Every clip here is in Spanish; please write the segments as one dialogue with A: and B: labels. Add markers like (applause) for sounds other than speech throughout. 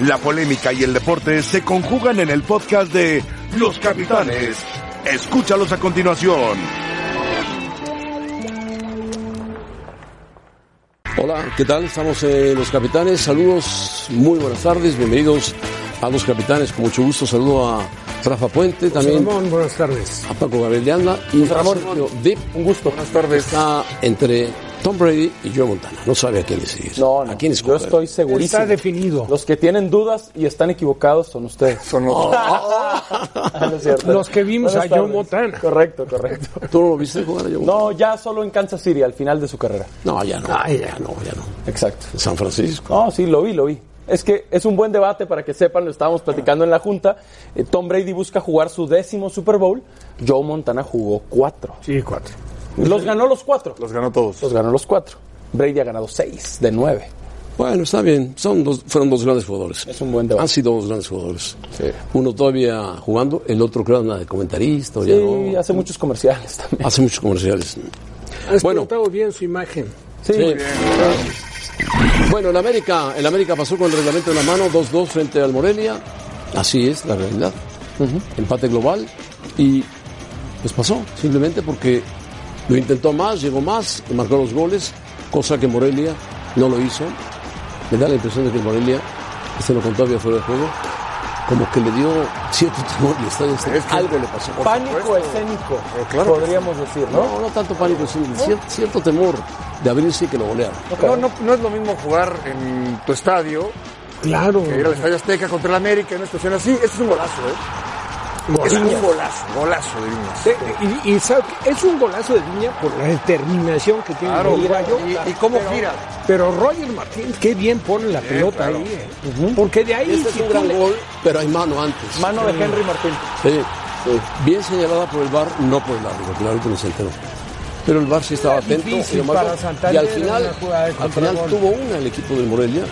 A: La polémica y el deporte se conjugan en el podcast de Los Capitanes. Escúchalos a continuación.
B: Hola, ¿qué tal? Estamos en Los Capitanes. Saludos, muy buenas tardes, bienvenidos a Los Capitanes. Con mucho gusto saludo a Rafa Puente también.
C: Ramón, buenas tardes.
B: A Paco Gabriel de Anda y Ramón Dip.
D: Un gusto, buenas tardes.
B: Está entre Tom Brady y Joe Montana. No sabe a quién decidir.
D: No, no.
B: ¿A quién
D: Yo estoy segurísimo.
C: Está definido.
D: Los que tienen dudas y están equivocados son ustedes. Ah, (laughs)
B: Son
D: (laughs)
B: los...
D: No es cierto.
C: Oh. Los que vimos
D: Buenas
C: a Joe
D: tardes.
C: Montana.
D: Correcto, correcto.
B: ¿Tú no lo viste jugar a Joe Montana?
D: No, ya solo en Kansas City, al final de su carrera.
B: No, ya no. ya no, ya no.
D: Exacto.
B: En San Francisco.
D: No, sí, lo vi, lo vi. Es que es un buen debate para que sepan, lo estábamos platicando en la junta. Eh, Tom Brady busca jugar su décimo Super Bowl. Joe Montana jugó cuatro.
C: Sí, cuatro.
D: Los ganó los cuatro.
E: Los ganó todos.
D: Los ganó los cuatro. Brady ha ganado seis de nueve.
B: Bueno, está bien. Son dos, fueron dos grandes jugadores.
D: Es un buen debate.
B: Han sido dos grandes jugadores.
D: Sí.
B: Uno todavía jugando, el otro creo anda de comentarista. o ya
D: Sí,
B: no.
D: hace muchos comerciales también.
B: Hace muchos comerciales.
C: Has
B: Bueno.
C: tratado bien su imagen.
B: Sí. Bueno, el América, el América pasó con el reglamento en la mano 2-2 frente al Morelia. Así es la realidad. Empate global y pues pasó, simplemente porque lo intentó más, llegó más, marcó los goles, cosa que Morelia no lo hizo. Me da la impresión de que el Morelia, este lo contó había fuera de juego, como que le dio cierto temor al estadio. este Algo le pasó.
D: Pánico escénico,
E: Pero claro que
D: podríamos decir, ¿no?
B: No, no tanto pánico, sino cier- cierto temor de abrirse y que lo golearan.
E: No, no, no es lo mismo jugar en tu estadio
C: Claro.
E: que ir al Estadio Azteca contra el América en una situación así. Este es un golazo, ¿eh?
C: Golazo.
E: Es un golazo, golazo de Viñas.
C: Eh, Y, y sabe que es un golazo de Viña por la determinación que tiene
E: Claro,
C: el uruguayo.
E: y, y cómo gira.
C: Pero Roger Martínez, qué bien pone la pelota
E: claro.
C: ahí. eh. Porque de ahí
B: Este es
C: si
B: un
C: tú
B: gran
C: le-
B: gol, pero hay mano antes.
D: Mano de Henry Martín.
B: Sí. Bien señalada por el VAR, no por el árbitro, porque el árbitro no se enteró. Pero el VAR sí estaba
C: Era
B: atento y,
C: difícil
B: lo marcó.
C: para Santander,
B: Y al final,
C: una jugada de
B: al final
C: contragol.
B: tuvo una el equipo del Morelia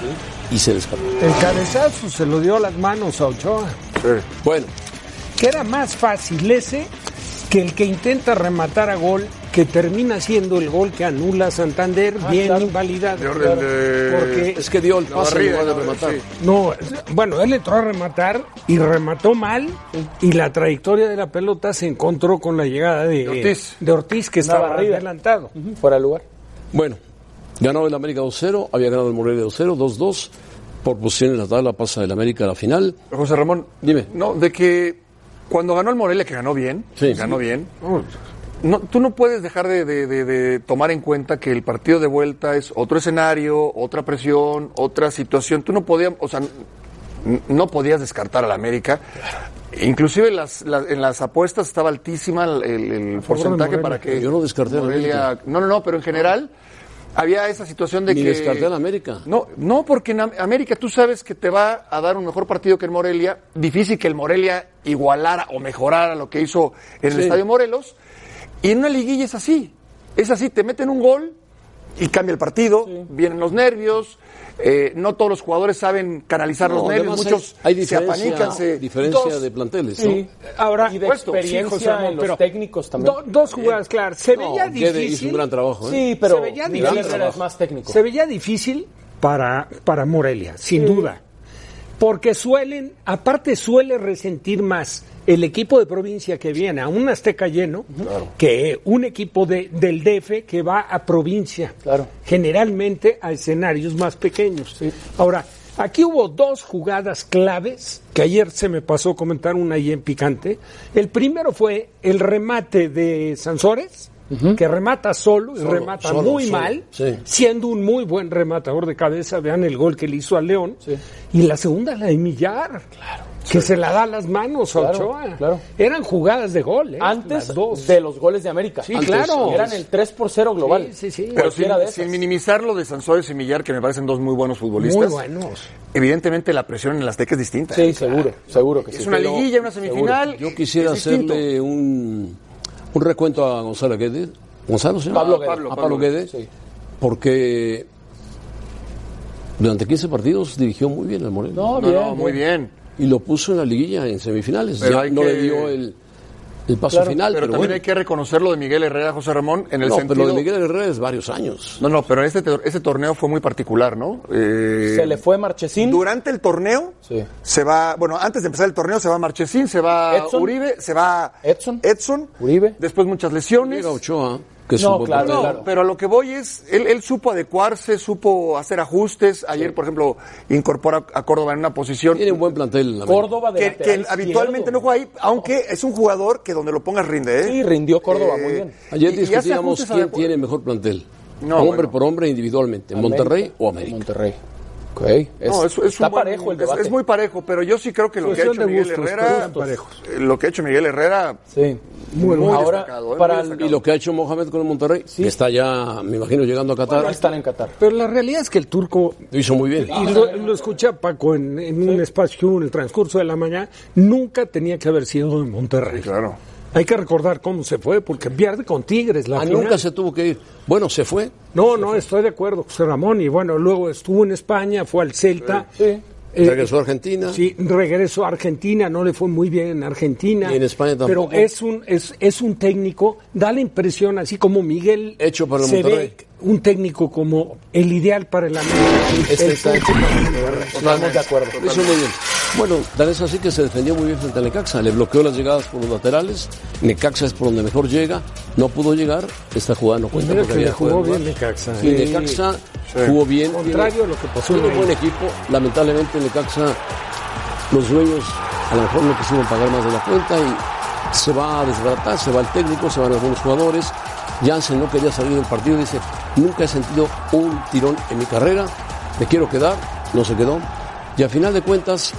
B: y se le escapó.
C: El cabezazo se lo dio a las manos a Ochoa.
B: Bueno,
C: Que era más fácil ese que el que intenta rematar a gol, que termina siendo el gol que anula a Santander, bien
D: Ah, claro.
C: invalidado.
E: De orden de-
C: Porque
B: es que dio el pase en
E: barrida,
B: lugar de
E: ¿no?
B: rematar.
E: Sí.
C: No, bueno, él entró a rematar y remató mal y la trayectoria de la pelota se encontró con la llegada de,
E: Ortiz.
C: de Ortiz, que estaba
D: barrida.
C: adelantado.
D: Fuera de lugar.
B: Bueno, ganó el América 2-0, había ganado el Morelia 2-0, 2-2. Por posición en la tabla pasa el América a la final.
E: José Ramón,
B: Dime.
E: No, de que cuando ganó el Morelia, que ganó bien,
B: Sí.
E: ganó bien, no, tú no puedes dejar de, de- de- de tomar en cuenta que el partido de vuelta es otro escenario, otra presión, otra situación. Tú no podías, o sea, n- no podías descartar al América. Inclusive las- las- en las apuestas estaba altísima el, el- el porcentaje
C: Morelia.
E: para que
B: Yo no descarté al
E: Morelia. No, no, no, pero en general había esa situación de
B: Ni
E: que
B: descarté al América.
E: no, no, porque en Am- América tú sabes que te va a dar un mejor partido que el Morelia. Difícil que el Morelia igualara o mejorara lo que hizo en el
B: Sí.
E: Estadio Morelos. Y en una liguilla es así. Es así, te meten un gol y cambia el partido, vienen los nervios. eh, no todos los jugadores saben canalizar
B: No,
E: los nervios,
B: además
E: muchos
B: hay, hay
E: se
B: diferencia,
E: apanican, se
B: diferencia
E: Dos,
B: de planteles, ¿no?
D: Sí.
C: Ahora,
D: y de
E: puesto, sí,
D: experiencia
C: José Ramón,
D: en los
C: pero
D: técnicos también.
C: do- dos jugadas, claro. Se
B: No,
C: veía
B: Guede
C: difícil.
B: hizo un gran trabajo. ¿eh?
D: sí, pero
C: se veía
D: Miguel
C: difícil.
D: Herrera es más técnico.
C: Se veía difícil para, para Morelia, sin duda. Porque suelen, aparte suele resentir más el equipo de provincia que viene a un Azteca lleno que un equipo de, del DF que va a provincia.
D: Claro.
C: Generalmente a escenarios más pequeños. Ahora, aquí hubo dos jugadas claves que ayer se me pasó comentar una ahí en picante. El primero fue el remate de Sansores, que remata solo, y
B: Solo,
C: remata
B: solo,
C: muy
B: solo,
C: mal,
B: sí.
C: siendo un muy buen rematador de cabeza. Vean el gol que le hizo al León. Y la segunda, la de Millar. Que se la da a las manos a
D: Claro,
C: Ochoa.
D: claro.
C: Eran jugadas de gol, ¿eh?
D: Antes
C: Las dos.
D: de los goles de América.
C: Sí,
D: Antes.
C: claro.
D: Eran el 3 por 0 global.
C: Sí, sí, sí.
E: Pero sin,
D: Cualquiera de
E: sin
D: esas.
E: minimizar lo de Sansores y Millar, que me parecen dos muy buenos futbolistas.
C: Muy buenos.
E: Evidentemente la presión en el Azteca es distinta.
D: Sí,
E: ¿eh?
D: seguro, seguro que sí.
E: Es una liguilla, una semifinal.
B: Yo quisiera
E: es distinto.
B: hacerle un, un recuento a Gonzalo Guedes. ¿Gonzalo se llama?
D: Pablo Guede.
B: A Pablo Guede.
D: Sí.
B: Porque durante 15 partidos dirigió muy bien al Morelia.
D: No,
E: No,
D: bien,
E: no, muy bien.
B: Y lo puso en la liguilla en semifinales.
E: Pero
B: Ya
E: hay
B: no
E: que-
B: le dio el, el paso
E: Claro,
B: final.
E: pero,
B: Pero,
E: también
B: bueno.
E: hay que reconocer lo de Miguel Herrera, José Ramón, en el
B: No,
E: sentido...
B: pero lo de Miguel Herrera es varios años.
E: No, no, pero este, tor- este torneo fue muy particular, ¿no? Eh,
D: Se le fue Marchesín.
E: Durante el torneo
D: Sí.
E: se va, bueno, antes de empezar el torneo se va Marchesín, se va
D: Edson.
E: Uribe, se va
D: Edson.
E: Edson,
D: Uribe.
E: después muchas lesiones.
B: Llega Ochoa, que es
D: No,
B: un buen
D: claro,
E: No,
B: portero.
E: pero a lo que voy es, él, él supo adecuarse, supo hacer ajustes. Ayer, por ejemplo, incorpora a Córdoba en una posición
B: Tiene un buen plantel. en la América.
D: Córdoba de
E: que,
D: lateral
E: que
D: izquierdo.
E: habitualmente no juega ahí, aunque es un jugador que donde lo pongas rinde, ¿eh?
D: Sí, rindió Córdoba muy bien.
B: Ayer
E: y- y hace
B: discutíamos
E: ajustes
B: quién
E: adecu-
B: tiene mejor plantel.
E: No,
B: hombre
E: bueno.
B: por hombre individualmente. ¿Monterrey o América?
D: Monterrey. Ok. Es,
E: No, es, es un
D: está
E: buen-
D: parejo el
E: es-
D: debate.
E: Es, muy parejo, pero yo sí creo que lo que ha
C: Cuestión
E: hecho
C: de
E: Miguel
C: gustos, pero
E: Herrera,
C: están parejos.
E: eh, lo que ha hecho Miguel Herrera,
D: Sí.
E: muy,
D: Ahora,
E: destacado, ¿eh?
D: para
E: Muy
D: el-
E: destacado.
B: Y lo que ha hecho Mohamed con el Monterrey, que está ya, me imagino, llegando a Qatar,
D: Bueno, están en Qatar.
C: Pero la realidad es que el turco
B: lo hizo muy bien.
C: Y lo, lo escuché a Paco en, en un espacio que hubo en el transcurso de la mañana. Nunca tenía que haber sido en Monterrey.
E: Claro.
C: Hay que recordar cómo se fue, porque pierde con Tigres la
B: Ah,
C: final.
B: nunca se tuvo que ir. Bueno, se fue.
C: No, no, estoy de acuerdo, José Ramón. Y bueno, luego estuvo en España, fue al Celta.
D: Sí.
C: Eh,
B: regresó a Argentina.
C: Sí, regresó a Argentina, no le fue muy bien en Argentina.
B: Y en España tampoco.
C: Pero es un, es, es un técnico, da la impresión, así como Miguel.
B: Hecho para el
C: se
B: Monterrey.
C: ve un técnico como el ideal para el América.
B: Este está hecho para Monterrey.
D: Estamos de acuerdo.
B: Lo hizo muy bien. Bueno, tal es así que se defendió muy bien frente a Necaxa. Le bloqueó las llegadas por los laterales. Necaxa es por donde mejor llega. No pudo llegar. Esta jugada no
C: Pues
B: cuenta
C: mira
B: porque
C: que le
B: había
C: jugó
B: jugado.
C: bien Necaxa.
B: Y
C: ¿eh?
B: Necaxa jugó bien.
C: Contrario a lo que pasó en
B: Tiene un
C: el-
B: buen equipo. Lamentablemente Necaxa, los dueños a lo mejor no quisieron pagar más de la cuenta y se va a desbaratar, se va el técnico, se van algunos jugadores. Jansen no quería salir del partido, dice, nunca he sentido un tirón en mi carrera, me quiero quedar, no se quedó. Y al final de cuentas,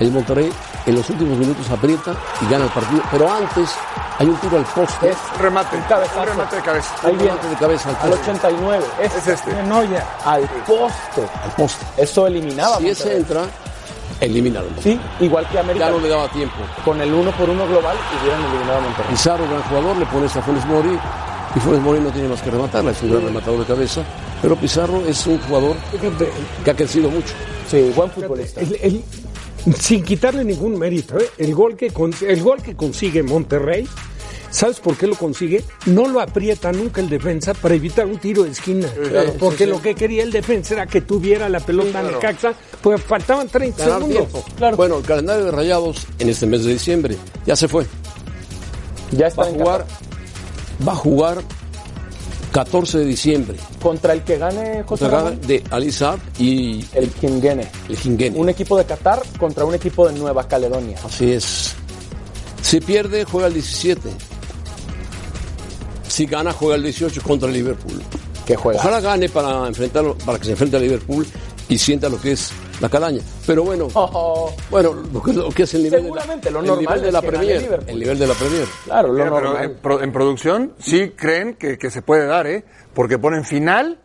B: el Monterrey en los últimos minutos aprieta y gana el partido. Pero antes hay un tiro al poste.
D: Es
E: Remate,
D: un cabezazo.
E: un remate de cabeza.
D: Ahí
B: Un
D: viene.
B: remate de cabeza al
D: al
B: poste.
D: 89. Es,
E: Es este.
C: Noya.
D: al poste.
B: Al poste.
D: Eso eliminaba.
B: Si ese
D: Monterrey.
B: entra, eliminaron.
D: Sí, igual que América.
B: Ya no le daba tiempo.
D: Con el uno por uno global hubieran eliminado a Monterrey.
B: Pizarro, gran jugador, le pones a Funes Mori y Funes Mori no tiene más que rematarla, es un gran rematador de cabeza, pero Pizarro es un jugador
C: Fíjate,
B: que ha crecido mucho.
D: Sí, buen futbolista.
C: el- el- sin quitarle ningún mérito, ¿eh? el, gol que con- el gol que consigue Monterrey, ¿sabes por qué lo consigue? No lo aprieta nunca el defensa para evitar un tiro de esquina. Eh, porque lo que quería el defensa era que tuviera la pelota en Necaxa, pues faltaban 30
B: Ganar
C: segundos.
B: tiempo. Bueno, el calendario de Rayados en este mes de diciembre ya se fue.
D: Ya está
B: Va a
D: en
B: jugar,
D: Qatar.
B: va a jugar 14 de diciembre
D: Contra el que gane José
B: contra
D: Ramón,
B: de Alizar y
D: el quien gane.
B: el Jinguen.
D: Un equipo de Qatar contra un equipo de Nueva Caledonia.
B: Así es. Si pierde, juega el 17. Si gana, juega el 18 contra el Liverpool.
D: Que juega.
B: Ojalá gane para enfrentarlo, para que se enfrente a Liverpool y sienta lo que es la calaña. Pero bueno,
D: Oh,
B: bueno, lo que, lo que es el nivel
D: Seguramente
B: de
D: lo
B: la, el
D: normal
B: nivel de
D: es
B: la
D: que gane
B: Premier,
D: Liverpool.
B: el nivel de la Premier.
D: claro, lo
E: Mira, pero en,
D: normal.
E: pro- en producción sí creen que, que se puede dar, ¿eh? Porque ponen final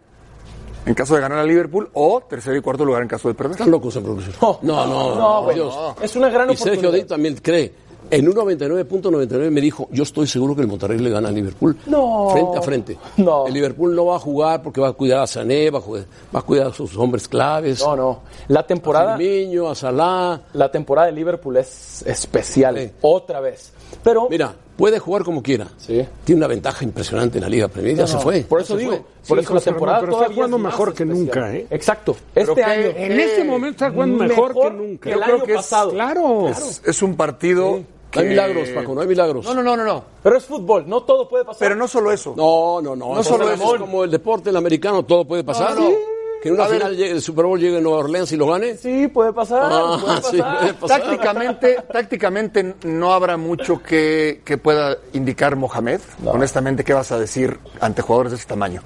E: en caso de ganar a Liverpool o tercer y cuarto lugar en caso de perder.
B: Están locos en producción. No, no, no,
D: no,
B: por
D: güey,
B: Dios.
D: no. Es una gran
B: Y Sergio
D: oportunidad.
B: Day también cree. En un 99.99 me dijo, yo estoy seguro que el Monterrey le gana a Liverpool.
D: No.
B: Frente a frente.
D: No.
B: El Liverpool no va a jugar porque va a cuidar a Sané, va a, jugar- va a cuidar a sus hombres claves.
D: No, no. La
B: A
D: temporada,
B: Firmino, a Salah.
D: la temporada de Liverpool es especial.
B: Sí.
D: Otra vez. Pero
B: Mira, puede jugar como quiera.
D: Sí.
B: Tiene una ventaja impresionante en la Liga Premier. Ya se fue.
D: por eso
B: Ya se
D: digo,
B: fue.
D: por
C: Sí,
D: eso la
C: José Ramón,
D: temporada
C: pero está
D: todavía
C: jugando
D: es más
C: mejor que
D: especial.
C: nunca, ¿eh?
D: Exacto. Este
E: qué-
D: año
E: qué-
C: En este momento está jugando mejor, que nunca.
D: el
E: Yo creo
D: año
E: que es-
D: pasado.
C: Claro.
E: Es, es un partido.
B: No hay milagros, Paco, no hay milagros.
E: No, no, no, no, no.
D: Pero es fútbol, no todo puede pasar.
E: Pero no solo eso.
B: No, no, no.
E: No solo
B: Entonces,
E: eso.
B: es como el deporte, el americano, todo puede pasar.
E: No, no.
B: Que en una
E: A ver.
B: final llegue- el Super Bowl llegue a Nueva Orleans y lo gane.
D: Sí, puede pasar.
B: Ah,
D: puede pasar.
B: (laughs) sí, puede pasar.
E: Tácticamente, tácticamente no habrá mucho que, que pueda indicar Mohamed. Honestamente, ¿qué vas a decir ante jugadores de ese tamaño?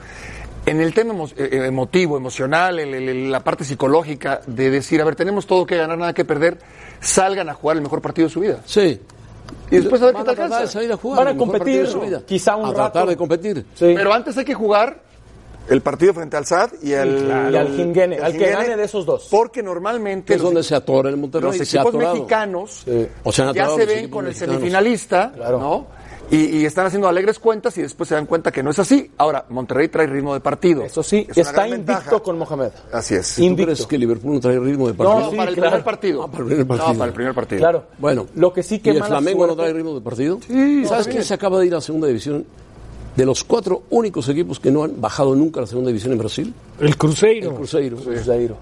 E: En el tema emo- eh, eh, emotivo, emocional, el- el- el- la parte psicológica de decir, a ver, tenemos todo que ganar, nada que perder, salgan a jugar el mejor partido de su vida.
B: Sí.
E: Y después a ver
B: Van
E: qué te
B: a tratar de
E: alcanza.
B: salir a jugar.
D: Van a
B: el mejor
D: competir,
B: partido de su vida.
D: quizá un
B: A tratar
D: rato.
B: de competir.
D: Sí.
E: Pero antes hay que jugar el partido frente al SAD y al,
D: claro. Y al Jimguene, al que
E: Jimguene,
D: gane de esos dos.
E: Porque normalmente
B: Es
E: los,
B: donde se atora el Monterrey.
E: los
B: se ha
E: equipos
B: atorado.
E: mexicanos
B: Sí. O se han
E: ya
B: atorado
E: se
B: los
E: ven
B: equipos
E: con el
B: mexicanos.
E: semifinalista,
D: Claro.
E: ¿no? Y, y están haciendo alegres cuentas y después se dan cuenta que no es así. Ahora, Monterrey trae ritmo de partido.
D: Eso sí,
E: Es una
D: está
E: gran
D: invicto
E: ventaja.
D: con Mohamed.
E: Así es.
B: ¿Tú
D: Invicto.
B: crees que Liverpool no trae ritmo de partido?
E: No,
D: sí,
E: para el
D: claro.
E: primer partido.
B: Ah, para el primer partido.
E: No, para el primer partido.
D: Claro.
B: Bueno,
D: lo que sí que
B: ¿Y el
D: mala
B: Flamengo no
D: suerte-
B: trae ritmo de partido?
E: Sí,
B: ¿Sabes
E: también.
B: quién se acaba de ir a segunda división? De los cuatro únicos equipos que no han bajado nunca a la segunda división en Brasil,
C: El Cruzeiro.
B: el Cruzeiro.
D: Cruzeiro.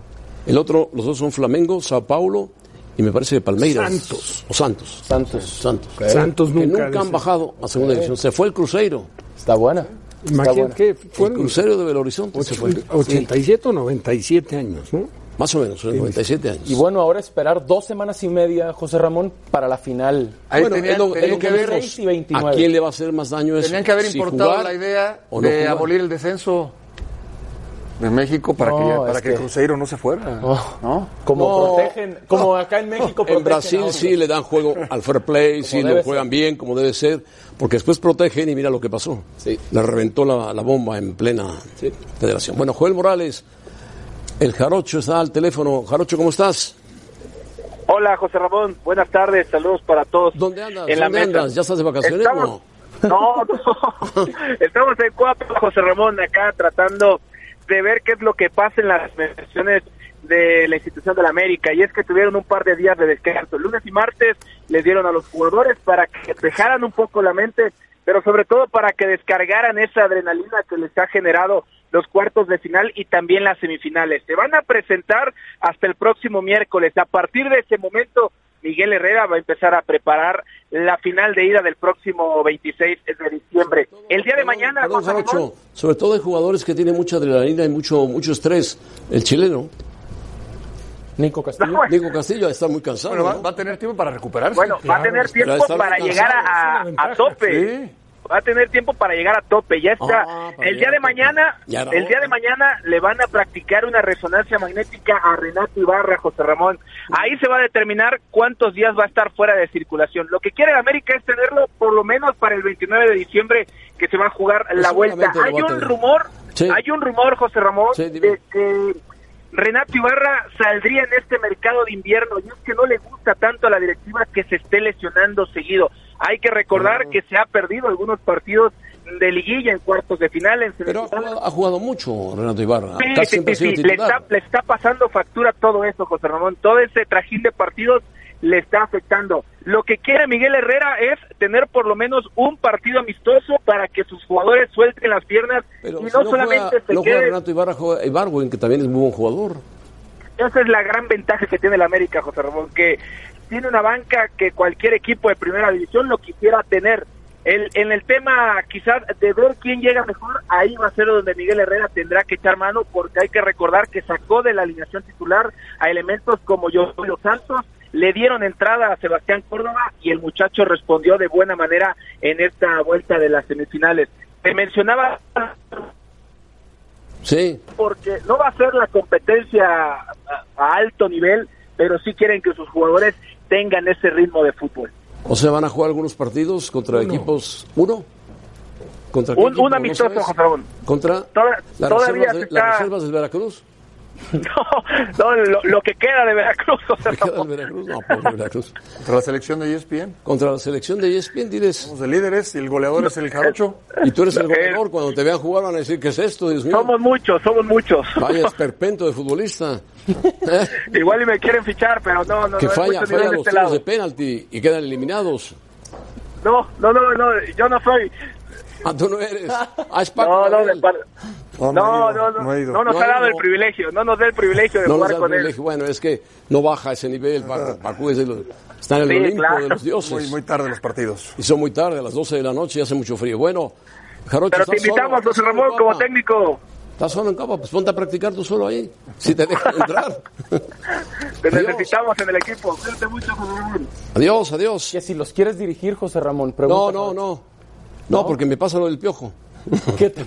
B: El otro, los dos son Flamengo, Sao Paulo y me parece Palmeiras.
C: Santos.
B: O Santos.
D: Santos.
B: Santos.
C: Santos
B: Que
C: nunca
B: nunca, han
C: descendió.
B: bajado a segunda división. Se fue el Cruzeiro.
D: Está buena. Está buena.
C: Imagínate,
B: El
C: fueron
B: Cruzeiro de Belo Horizonte se fue.
C: 87 o 97 años, ¿no?
B: Más o menos, en 97 años.
D: Y bueno, ahora esperar dos semanas y media, José Ramón, para la final.
E: Ahí
B: Bueno,
E: tenían,
B: es lo- es
E: tenían
B: lo
E: que
B: que
E: ver,
D: vemos. 6 y 29.
B: ¿A quién le va a hacer más daño eso?
E: tenían que haber
B: Si
E: importado
B: jugar
E: la idea
B: o no
E: de
B: jugar.
E: abolir el descenso de México para que,
D: No,
E: para
D: es
E: que el
D: que-
E: Cruzeiro no se fuera. ¿No?
D: Como
B: No.
D: protegen, como acá en México protegen
B: En
D: a
B: Brasil
D: otros.
B: sí le dan juego al fair play, sí
D: debe
B: lo juegan bien como debe ser, porque después protegen y mira lo que pasó.
D: Sí.
B: Le reventó la, la bomba en plena federación. Bueno, Joel Morales, el Jarocho está al teléfono. Jarocho, ¿cómo estás?
F: Hola, José Ramón. Buenas tardes. Saludos para todos.
B: ¿Dónde andas?
F: En la
B: ¿Dónde
F: mesa.
B: andas? ¿Ya estás de vacaciones
F: Estamos-
B: o no?
F: No, no. Estamos en Cuapa, José Ramón, acá tratando de ver qué es lo que pasa en las administraciones de la institución de la América. Y es que tuvieron un par de días de descanso. Lunes y martes les dieron a los jugadores para que despejaran un poco la mente, pero sobre todo para que descargaran esa adrenalina que les ha generado los cuartos de final y también las semifinales. Se van a presentar hasta el próximo miércoles. A partir de ese momento Miguel Herrera va a empezar a preparar la final de ida del próximo 26 de diciembre. El día de
B: Perdón,
F: mañana,
B: perdón,
F: José Ramón,
B: Jarocho, sobre todo hay jugadores que tienen mucha adrenalina y mucho, mucho estrés. El chileno,
D: Nico Castillo.
F: Bueno.
B: Diego Castillo, está muy cansado.
E: Bueno, va,
B: ¿no?
E: va a tener tiempo para recuperarse.
F: bueno, va a tener
B: espera,
F: tiempo
B: está
F: para
B: cansado,
F: llegar a,
C: es una
F: a
C: ventaja,
F: tope. Va a tener tiempo para llegar a tope. Ya está.
B: Ah, para
F: el día
B: llegar
F: de
B: a tope.
F: mañana,
B: Ya era
F: el día
B: hora.
F: de mañana le van a practicar una resonancia magnética a Renato Ibarra, José Ramón. Ahí se va a determinar cuántos días va a estar fuera de circulación. Lo que quiere el América es tenerlo por lo menos para el 29 de diciembre que se va a jugar la vuelta.
B: seguramente lo
F: Hay
B: va a
F: un
B: tener.
F: rumor,
B: Sí.
F: hay un rumor, José Ramón,
B: Sí, dime.
F: de que Renato Ibarra saldría en este mercado de invierno y es que no le gusta tanto a la directiva que se esté lesionando seguido. Hay que recordar que se ha perdido algunos partidos de liguilla en cuartos de final, en
B: Pero ha
F: semifinales.
B: jugado, ha jugado mucho Renato Ibarra.
F: Sí,
B: Casi
F: sí,
B: siempre
F: sí,
B: ha
F: sí.
B: sido
F: Le,
B: titular.
F: está, le está pasando factura todo eso, José Ramón. Todo ese trajín de partidos le está afectando. Lo que quiere Miguel Herrera es tener por lo menos un partido amistoso para que sus jugadores suelten las piernas
B: Pero
F: y
B: si
F: no, solamente
B: juega,
F: se
B: no juega
F: queden
B: Renato Ibarra, juega Ibarwen, que también es muy buen jugador.
F: Esa es la gran ventaja que tiene el América, José Ramón, que tiene una banca que cualquier equipo de primera división lo quisiera tener. El, en el tema quizás de ver quién llega mejor, ahí va a ser donde Miguel Herrera tendrá que echar mano porque hay que recordar que sacó de la alineación titular a elementos como Yoyo Santos, le dieron entrada a Sebastián Córdoba y el muchacho respondió de buena manera en esta vuelta de las semifinales. Te mencionaba
B: Sí,
F: porque no va a ser la competencia a, a alto nivel, pero sí quieren que sus jugadores tengan ese ritmo de fútbol.
B: o sea, van a jugar algunos partidos contra equipos. ¿Uno? ¿Contra qué
F: Un-
B: equipo?
F: un
B: ¿No
F: amistoso,
B: sabes?
F: José Ramón.
B: ¿Contra
F: Toda-
B: las
F: todavía
B: reservas,
F: se
B: de-
F: está-
B: las reservas del Veracruz?
F: (laughs) No, no, lo, lo que queda de Veracruz, José
B: ¿Me queda el
F: Ramón.
B: Veracruz? No, pobre Veracruz.
E: Contra la selección de (laughs) ESPN.
B: Contra la selección de ESPN, diles.
E: Somos de líderes y el goleador es el Jarocho.
B: Y tú
F: (laughs)
B: eres el
F: Eh,
B: goleador, cuando te vean jugar van a decir, ¿qué es esto, Dios mío?
F: Somos muchos, somos muchos. (laughs)
B: Vaya esperpento de futbolista.
F: Igual y me quieren fichar, pero no, no,
B: que
F: no. hay
B: falla,
F: mucho nivel
B: falla
F: de
B: los
F: este
B: tiros
F: lado.
B: de penalti y quedan eliminados.
F: No, no, no, no, yo no soy.
B: Ah, tú no eres. Ah, es Paco
F: (laughs) No, no,
B: Gabriel.
F: de par- no,
E: No, Oh, no
F: no,
E: ha ido,
F: no,
E: no ha ido.
F: no nos
B: No ha
F: ha dado
B: ido.
F: el privilegio, no nos da el privilegio de
B: No nos
F: jugar
B: da el
F: con él.
B: privilegio. Bueno, es que no baja ese
E: (laughs)
B: nivel. Ba- Bakú es de los- está en el
F: Sí,
B: Olimpo
F: claro.
B: de los dioses.
E: Muy, muy tarde los partidos.
B: Y son muy tarde, a las 12 de la noche, y hace mucho frío. Bueno, Jarocho,
F: Pero
B: ¿estás
F: te invitamos,
B: solo?
F: José
B: ¿Estás solo en
F: Ramón, como
B: Coapa?
F: técnico.
B: ¿Estás solo en Copa? Pues ponte a practicar tú solo ahí, si te
F: (laughs)
B: dejan entrar.
F: Te
B: Adiós.
F: necesitamos en el equipo. Cuídate mucho, José Ramón.
B: adiós, adiós.
D: Que si los quieres dirigir, José Ramón,
B: No,
D: pregunta.
B: no, no. No, porque me pasa lo del piojo.
D: ¿Qué te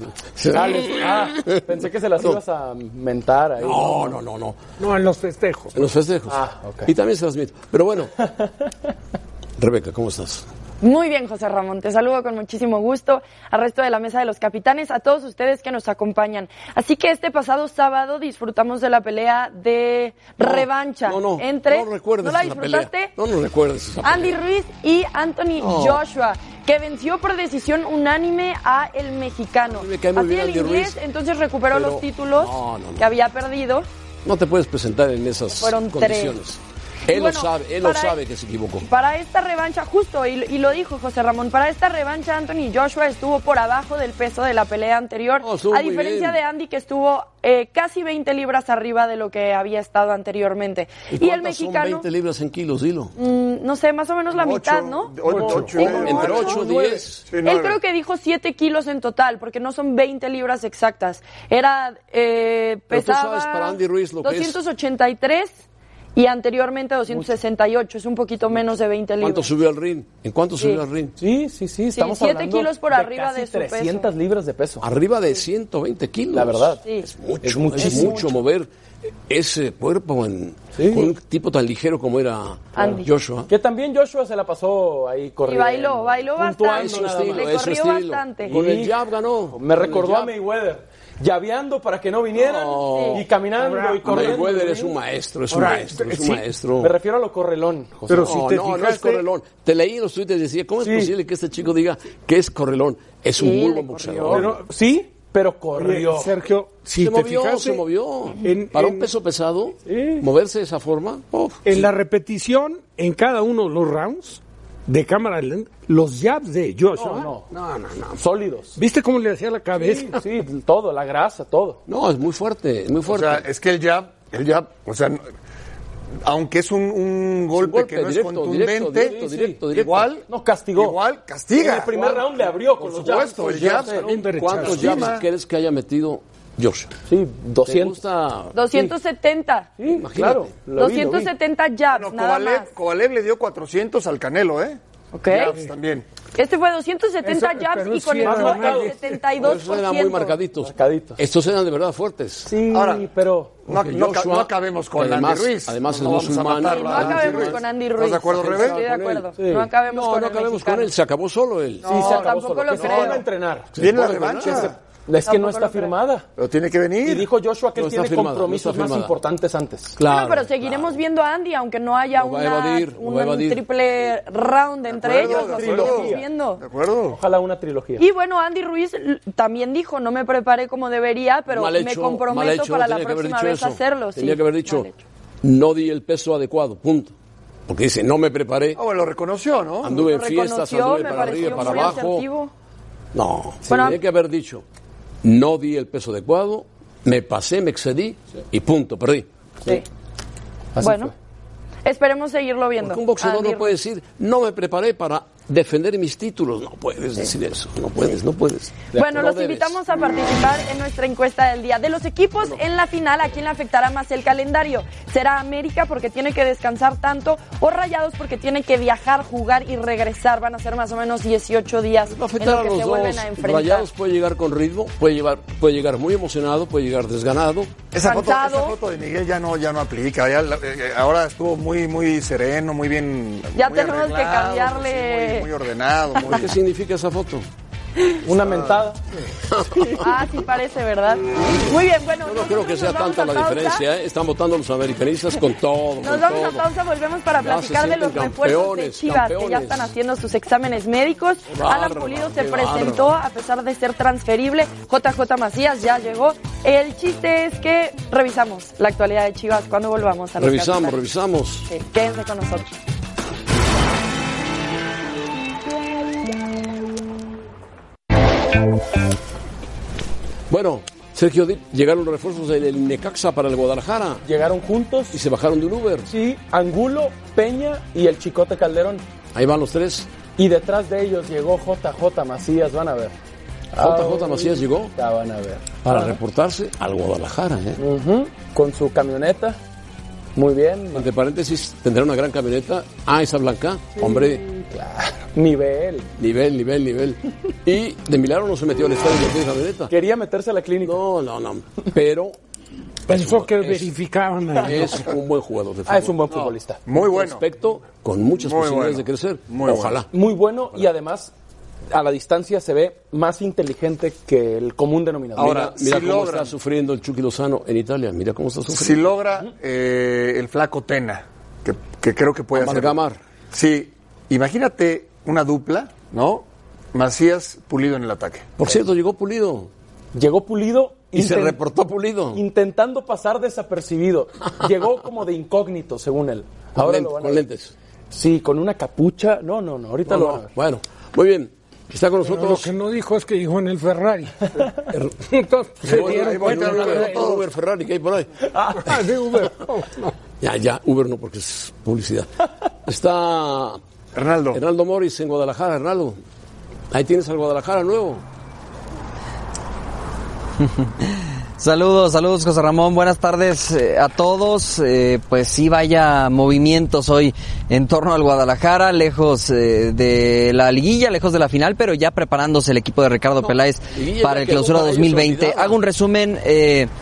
D: Ah, les- ah, pensé que se las ibas a mentar ahí.
B: No, no, no, no.
C: No, en los festejos.
B: En los festejos.
D: Ah, ok.
B: Y también se las miento.
G: (laughs)
B: Pero bueno. Rebeca, ¿cómo estás?
G: Muy bien, José Ramón. Te saludo con muchísimo gusto al resto de la mesa de los capitanes, a todos ustedes que nos acompañan. Así que este pasado sábado disfrutamos de la pelea de
B: No,
G: revancha
B: No, no.
G: entre
B: No recuerdes
G: ¿No la
B: esa pelea.
G: disfrutaste?
B: No, no recuerdes esa pelea.
G: Andy Ruiz y Anthony
B: No.
G: Joshua. que venció por decisión unánime a el mexicano.
B: me cae muy
G: Así
B: bien
G: el
B: Andy
G: inglés
B: Ruiz,
G: entonces recuperó
B: pero-
G: los títulos
B: No, no, no.
G: que había perdido.
B: No te puedes presentar en esas
G: Fueron
B: condiciones.
G: Y
B: Él
G: bueno,
B: lo sabe, él lo
G: para-
B: sabe que se equivocó.
G: Para esta revancha, justo, y, y lo dijo José Ramón, para esta revancha Anthony Joshua estuvo por abajo del peso de la pelea anterior,
B: No, Oh, estuvo
G: a
B: muy
G: diferencia
B: bien.
G: de Andy que estuvo eh, casi 20 libras arriba de lo que había estado anteriormente. Y, el
B: cuántas
G: mexicano,
B: Son 20 libras en kilos, dilo.
G: mm, no sé, más o menos la mitad, ¿no?
E: Ocho, ocho y
G: Ocho,
E: medio.
B: Entre
G: ocho,
B: 8 y
G: nueve.
B: 10.
E: Sí, nueve.
G: Él creo que dijo 7 kilos en total, porque no son 20 libras exactas. Era, eh,
B: Pero tú
G: pesaba
B: sabes para Andy Ruiz lo que es.
G: 283 y anteriormente 268, es un poquito menos de 20 libras.
B: ¿Cuánto subió al ring? ¿En cuánto subió al ring?
D: Sí, sí, sí, estamos
G: siete
D: hablando
G: kilos por
D: de
G: arriba
D: casi
G: de su
D: 300
G: peso.
D: libras de peso.
B: Arriba de 120 kilos.
D: La verdad.
G: Sí.
B: Es mucho,
D: Es
B: es,
D: muchísimo.
B: mucho mover ese cuerpo en,
D: Sí.
B: con un tipo tan ligero como era
G: Andy.
B: Joshua.
D: Que también Joshua se la pasó ahí
G: Y
D: corriendo.
G: bailó, bailó
D: puntuando
G: bastante.
B: Es su
D: nada más.
B: estilo,
G: Le
B: es su
G: corrió
B: estilo.
G: bastante.
B: Con el
D: Y-
B: jab ganó.
D: Me recordó a
B: Con el jab.
D: Mayweather, llaveando para que no vinieran
B: No.
D: y caminando y corriendo. ¿eh?
B: Mayweather es un maestro, es un
C: Ahora,
B: maestro, es un
C: sí,
B: maestro.
D: Me refiero a lo correlón, José.
C: Pero
B: no,
C: si te
B: no, no es
C: fijaste-
B: Correlón. Te leí en los tweets y decía, ¿cómo es
D: Sí.
B: posible que este chico diga que es Correlón? Es un
G: Sí,
B: muy
G: le
B: buen
G: corrió.
B: boxeador.
D: Pero- sí, pero
C: Oye,
D: corrió.
C: Sergio, si
B: se
C: te
B: movió,
C: fijaste,
B: se movió.
C: en-
B: Para
C: en-
B: un peso pesado, moverse de esa forma, oh, uf.
C: En la repetición, en cada uno de los rounds de cámara lenta, los jabs de Joshua.
D: No,
C: no, no, no.
D: Sólidos.
C: ¿Viste cómo le hacía la
D: Sí,
C: cabeza?
D: sí, todo, la grasa, todo.
B: no, es muy fuerte, es muy
E: O
B: fuerte.
E: sea, es que el jab, el jab, o sea, no- aunque es un, un golpe,
B: golpe
E: que no
B: directo,
E: es contundente,
B: directo, directo, directo, directo.
E: igual,
D: No, castigó.
E: igual castiga.
D: En el primer
E: Igual.
D: round le abrió con
E: Por
D: los
E: supuesto,
D: jabs.
E: el jab,
D: Sí,
E: pero
C: un derechazo.
B: Pues ¿Cuántos
E: encima.
B: jabs crees que haya metido Joshua?
D: Sí,
B: ¿Te
D: 200.
B: gusta?
G: 270.
D: Sí, claro. lo vi, lo vi.
G: 270 jabs,
E: Bueno,
G: nada
E: Kovalev,
G: más.
E: Kovalev le dio 400 al Canelo, ¿eh?
G: Ok.
E: Jabs también.
G: Este fue 270
C: Eso-
G: jabs
C: pero
G: y con
C: sí
G: el
C: era
G: knock
D: marcado.
G: del
B: Por eso
G: 72%.
B: eran muy marcaditos.
D: Marcaditos.
B: Estos eran de verdad fuertes.
D: Sí,
E: Ahora,
D: pero...
E: No,
B: Porque
E: no, ca-
B: Joshua,
E: no acabemos con
B: además-
E: Andy Ruiz.
B: además
E: no
B: es
E: vamos a
B: musulmán.
G: Sí,
E: matarlo
G: no
E: a Andy
G: acabemos
E: Ruiz.
G: con Andy
E: ¿Estás
G: Ruiz.
E: de acuerdo, Rebe?
G: Estoy de acuerdo.
D: Sí.
G: No acabemos
B: No,
G: con
B: no
G: el
B: acabemos
G: mexicano.
B: con él, se acabó solo eh. él.
D: Sí, se acabó
G: tampoco
D: solo.
G: lo
D: Que se
G: creo.
D: van a entrenar.
E: Viene la revancha.
D: Es que no
G: Tampoco
D: está
G: lo creo.
D: firmada.
E: Pero tiene que venir.
D: Y dijo Joshua que
B: No
D: él
B: está
D: tiene
B: firmada, no
D: compromisos
B: está
D: más
B: firmada.
D: importantes antes.
B: Claro.
G: bueno, pero seguiremos viendo a Andy, aunque no haya
B: Lo va a
G: una,
B: evadir, lo
G: un
B: va a evadir.
G: triple round entre
E: acuerdo,
G: ellos. Lo
E: de
G: seguiremos
E: acuerdo.
G: viendo.
E: ¿De acuerdo?
D: Ojalá una trilogía.
G: Y bueno, Andy Ruiz l- también dijo, no me preparé como debería, pero
B: Mal
G: me
B: hecho,
G: comprometo
B: mal hecho,
G: para la
B: tenía que haber
G: próxima
B: dicho
G: vez a
B: eso.
G: hacerlo. sí,
B: Tenía que haber dicho,
G: mal hecho.
B: no di el peso adecuado, punto. Porque dice, no me preparé,
E: Ah, bueno, lo reconoció, ¿no?
B: anduve en
G: Lo
B: fiestas,
G: reconoció,
B: anduve
G: me
B: para arriba,
G: pareció
B: para
G: muy
B: abajo.
G: asertivo.
B: No,
G: Bueno,
B: tenía que haber dicho, no di el peso adecuado, me pasé, me excedí y punto, perdí.
G: Sí. Bueno, esperemos seguirlo viendo.
B: Porque un boxeador
G: Andy
B: no puede decir, no me preparé para defender mis títulos. No puedes decir eso, no puedes, no puedes.
G: Bueno,
B: No
G: los
B: debes.
G: invitamos a participar en nuestra encuesta del día. De los equipos en la final, ¿a quién le afectará más el calendario? ¿Será América porque tiene que descansar tanto o Rayados porque tiene que viajar, jugar y regresar? Van a ser más o menos 18 días
B: Va a
G: en
B: afectar
G: lo
B: a
G: que
B: los
G: se vuelven
B: dos.
G: a enfrentar.
B: Rayados puede llegar con ritmo, puede, llevar, puede llegar muy emocionado, puede llegar desganado.
E: Esa foto, esa
G: Cansado.
E: foto de Miguel ya no, ya no aplica. ya la- eh, eh, ahora estuvo muy, muy sereno, muy bien.
G: Ya
E: muy
G: tenemos que
E: arreglado,
G: cambiarle. (laughs)
E: sí, muy, muy ordenado. Muy...
B: ¿Qué significa esa foto?
D: Una mentada.
G: Ah, sí parece, ¿verdad?
B: (laughs)
G: Muy bien, bueno.
B: Yo no
G: nosotros
B: creo que
G: nos
B: sea
G: vamos
B: tanta
G: a
B: la
G: pausa.
B: diferencia, ¿eh? Están votando los americanistas con todo.
G: Nos
B: con
G: vamos a
B: todo.
G: pausa, volvemos para
B: Ya se
G: platicar de los
B: sienten
G: refuerzos de
B: campeones,
G: Chivas que ya
B: campeones.
G: están haciendo sus exámenes médicos.
B: Qué bárbaro,
G: Alan Pulido se
B: qué
G: presentó a pesar de ser transferible. JJ Macías ya llegó. El chiste es que revisamos la actualidad de Chivas cuando volvamos a los
B: Revisamos,
G: capitanes.
B: revisamos.
G: Sí, quédense con nosotros.
B: Bueno, Sergio, di- llegaron los refuerzos del- del Necaxa para el Guadalajara
D: Llegaron juntos.
B: y se bajaron de un Uber.
D: Sí, Angulo, Peña y el Chicote Calderón.
B: Ahí van los tres.
D: Y detrás de ellos llegó JJ Macías, van a ver.
B: JJ Macías llegó
D: Ya van a ver.
B: para reportarse al Guadalajara. ¿eh?
D: Ujú, Con su camioneta. Muy bien.
B: Entre paréntesis, tendrá una gran camioneta. Ah, esa blanca. Hombre,
D: Nivel.
B: nivel, nivel, nivel. Y de milagro no se metió al estadio con aquella camioneta.
D: Quería meterse a la clínica.
B: No, no, no. Pero
C: Pensó que
B: es-
C: verificaban ahí.
B: es un buen jugador de fútbol.
D: Ah, es un buen futbolista.
E: Muy bueno.
B: Aspecto con muchas
E: Muy
B: posibilidades
E: bueno.
B: de crecer.
E: Muy
B: Ojalá.
D: Muy bueno y además a la distancia se ve más inteligente que el común denominador.
E: Ahora,
B: mira
E: si
B: cómo
E: logran-
B: está sufriendo el Chucky Lozano en Italia. Mira cómo está sufriendo.
E: Si logra eh, el flaco Tena, que, que creo que puede hacer.
B: Amalgamar.
E: Sí, imagínate una dupla, ¿no? Macías Pulido en el ataque.
B: Por cierto, llegó Pulido.
D: Llegó Pulido
B: Y se
D: inten-
B: reportó Pulido.
D: Intentando pasar
B: (laughs)
D: desapercibido. Llegó como de incógnito, según él.
B: Con,
D: Ahora
B: lente-
D: lo van a
B: con
D: ver.
B: lentes.
D: Sí, con una capucha. No, no, no. Ahorita
B: No,
D: lo van a
B: no,
D: ver.
B: Bueno, muy bien. Está con
C: Pero lo
B: nosotros
C: que no dijo es que llegó en el Ferrari. Entonces, se
B: Bueno,
C: dieron
B: ahí voy,
C: cuenta
B: ahí voy,
C: de-
B: ahí voy, todo Uber Ferrari que hay
D: (laughs)
B: por ahí.
C: Ah, de Uber.
B: Ya, ya, Uber no porque es publicidad. Está
E: Hernaldo.
B: Hernaldo Morris en Guadalajara, Hernaldo. Ahí tienes al Guadalajara nuevo.
H: Saludos, saludos José Ramón, buenas tardes eh, a todos. Eh, pues sí, vaya movimientos hoy en torno al Guadalajara, lejos eh, de la liguilla, lejos de la final, pero ya preparándose el equipo de Ricardo Peláez
B: liguilla ya
H: para el
B: quedó
H: clausura
B: para ellos
H: 2020.
B: olvidada.
H: Hago un resumen. eh, (laughs)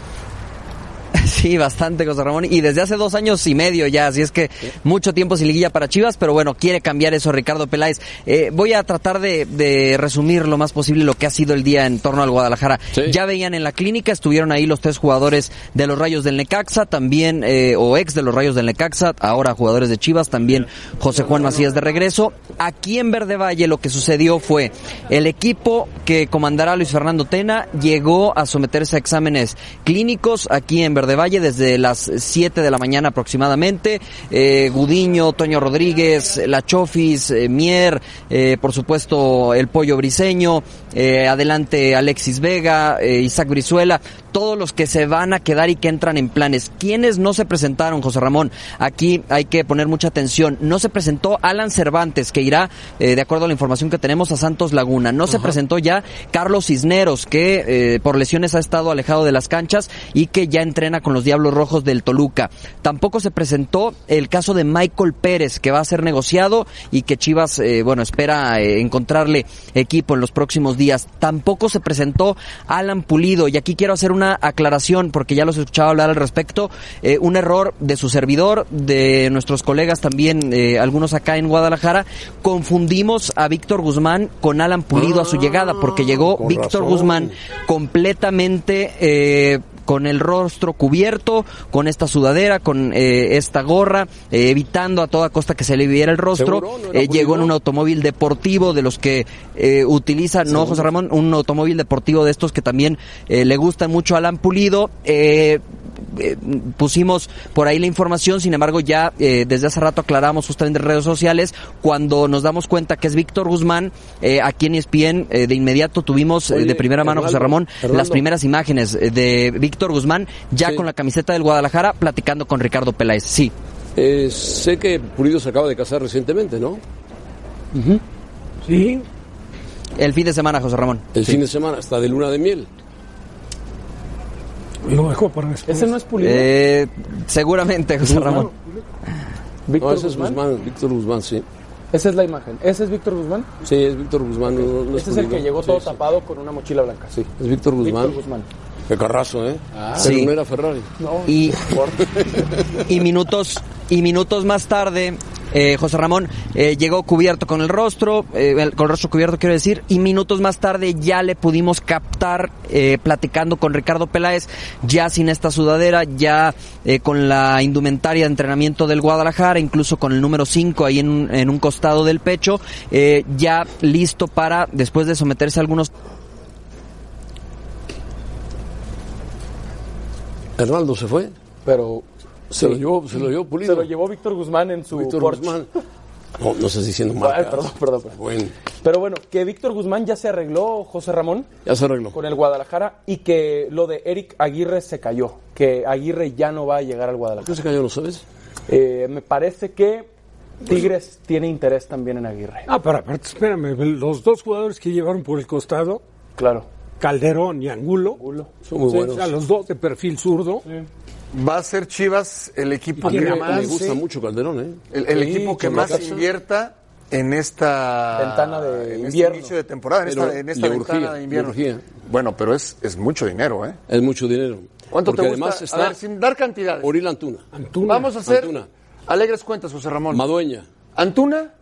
H: Sí, bastante, José Ramón. Y desde hace dos años y medio ya, así es que mucho tiempo sin liguilla para Chivas, pero bueno, quiere cambiar eso Ricardo Peláez. Eh, voy a tratar de, de resumir lo más posible lo que ha sido el día en torno al Guadalajara.
B: Sí.
H: Ya veían en la clínica, estuvieron ahí los tres jugadores de los Rayos del Necaxa, también, eh, o ex de los Rayos del Necaxa, ahora jugadores de Chivas, también José Juan Macías de regreso. Aquí en Verde Valle lo que sucedió fue el equipo que comandará Luis Fernando Tena llegó a someterse a exámenes clínicos aquí en Verde Valle desde las 7 de la mañana aproximadamente. Eh, Gudiño, Toño Rodríguez, La Chofis, eh, Mier, eh, por supuesto el Pollo Briseño, eh, adelante Alexis Vega, eh, Isaac Brizuela, todos los que se van a quedar y que entran en planes. ¿Quiénes no se presentaron, José Ramón? Aquí hay que poner mucha atención. No se presentó Alan Cervantes, que irá, eh, de acuerdo a la información que tenemos, a Santos Laguna. No se presentó ya Carlos Cisneros, que eh, por lesiones ha estado alejado de las canchas y que ya entrena con los Diablos Rojos del Toluca. Tampoco se presentó el caso de Michael Pérez, que va a ser negociado y que Chivas, eh, bueno, espera eh, encontrarle equipo en los próximos días. Tampoco se presentó Alan Pulido. Y aquí quiero hacer una aclaración, porque ya los escuchaba hablar al respecto. eh, un error de su servidor, de nuestros colegas también, eh, algunos acá en Guadalajara. Confundimos a Víctor Guzmán con Alan Pulido a su llegada, porque llegó
B: con
H: Víctor
B: razón.
H: Guzmán completamente eh, con el rostro cubierto, con esta sudadera, con eh, esta gorra, eh, evitando a toda costa que se le viera el rostro.
B: ¿Seguro? ¿No era
H: Eh, llegó en
B: Pulido?
H: un automóvil deportivo de los que eh, utiliza, no José Ramón, un automóvil deportivo de estos que también eh, le gusta mucho a Alan Pulido. Eh, eh, pusimos por ahí la información, sin embargo ya eh, desde hace rato aclaramos justamente en redes sociales, cuando nos damos cuenta que es Víctor Guzmán, eh, aquí en ESPN eh, de inmediato tuvimos eh,
B: Oye,
H: de primera mano, José
B: Hernando,
H: Ramón, las
B: Hernando.
H: primeras imágenes eh, de Víctor Guzmán ya
B: Sí.
H: con la camiseta del Guadalajara platicando con Ricardo Peláez. Sí,
B: Eh, sé que Pulido se acaba de casar recientemente, ¿no?
C: Sí,
H: el fin de semana, José Ramón.
B: El fin de semana, hasta de luna de miel.
C: lo dejó para después.
D: Ese no es Pulido.
H: Eh, seguramente, José Ramón.
B: No,
D: Víctor
B: ese es
D: Guzmán.
B: Guzmán, Víctor Guzmán, sí.
D: Esa es la imagen. Ese es Víctor Guzmán.
B: Sí, es Víctor Guzmán, no, no
D: Ese es el
B: Pulido.
D: que llegó
B: Sí,
D: todo
B: sí.
D: tapado con una mochila blanca.
B: Sí, es Víctor Guzmán.
D: Víctor Guzmán. Ah,
B: Qué carrazo, ¿eh? Pero
H: Sí.
B: no era Ferrari.
D: No,
H: Y-
D: por-
H: y minutos y minutos más tarde eh, José Ramón eh, llegó cubierto con el rostro, eh, el- con el rostro cubierto quiero decir, y minutos más tarde ya le pudimos captar eh, platicando con Ricardo Peláez, ya sin esta sudadera, ya eh, con la indumentaria de entrenamiento del Guadalajara, incluso con el número 5 ahí en, un- en un costado del pecho, eh, ya listo para, después de someterse a algunos
B: Hernaldo se fue.
D: Pero
B: Se lo llevó, se lo llevó Pulido.
D: se lo llevó Víctor Guzmán en su
B: Víctor
D: Porsche. (laughs)
B: Guzmán. No, no estás diciendo mal.
D: Ay, perdón, perdón, perdón.
B: Bueno,
D: Pero bueno, que Víctor Guzmán ya se arregló, José Ramón,
B: ya se arregló.
D: con el Guadalajara y que lo de Eric Aguirre se cayó. Que Aguirre ya no va a llegar al
B: ¿No
D: Guadalajara.
B: se cayó, no sabes? Pues
D: Eh, me parece que Tigres tiene interés también en Aguirre.
C: Ah, pero aparte, espérame, los dos jugadores que llevaron por el costado,
D: Claro.
C: Calderón y Angulo,
D: Culo.
B: Son muy
C: sí,
B: buenos.
C: o sea, los dos de perfil zurdo,
E: Va a ser Chivas el equipo
B: A mí
E: que
B: me,
E: más,
B: me gusta mucho Calderón, ¿eh?
E: el, el
B: Sí,
E: equipo que
B: con
E: más
B: Necaxa.
E: invierta en esta
D: Ventana de
E: en
D: invierno.
E: este inicio de temporada, en
B: Pero
E: esta, en esta
B: le
E: ventana
B: urgía,
E: de invierno.
B: le urgía.
E: Bueno, pero es, es mucho dinero, ¿eh?
B: Es mucho dinero.
E: ¿Cuánto
B: Porque
E: te gusta?
B: además
E: A
B: está
E: ver, sin dar cantidades.
B: Oriol Antuna,
C: Antuna.
E: Vamos a hacer
B: Antuna.
E: alegres cuentas, José Ramón.
B: Madueña.
E: Antuna,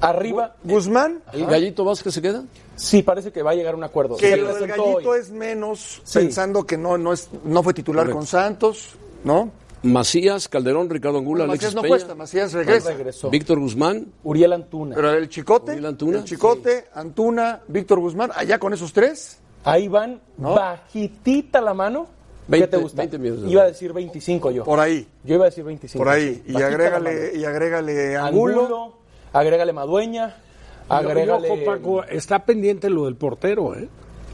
D: Arriba,
E: Guzmán,
B: ¿El gallito Vázquez se queda?
D: sí, parece que va a llegar a un acuerdo.
E: que
D: Se
E: lo del
D: presentó hoy.
E: gallito es menos,
D: Sí.
E: pensando que no, no, es, no fue titular
B: Correcto.
E: con Santos, ¿no?
B: Macías, Calderón, Ricardo Angula,
E: Macías
B: Alexis
E: no
B: Peña,
E: cuesta, Macías regresa.
D: Pues Regresó.
B: Víctor Guzmán,
D: Uriel Antuna.
E: Pero el Chicote,
B: Uriel Antuna,
E: el Chicote, Antuna, Víctor Guzmán, allá con esos tres.
D: Ahí van
E: ¿No?
D: bajitita la mano. ¿Qué
B: 20,
D: te gusta?
B: 20 millones de
D: iba a
B: dólares.
D: decir 25 yo.
E: Por ahí,
D: Yo iba a decir 25.
E: por ahí. Y
D: Bajita la
E: agrégale,
D: mano.
E: y agrégale
D: Angulo,
E: Angulo.
D: agrégale Madueña, agrégale...
C: Ojo, Paco, está pendiente lo del portero, ¿eh?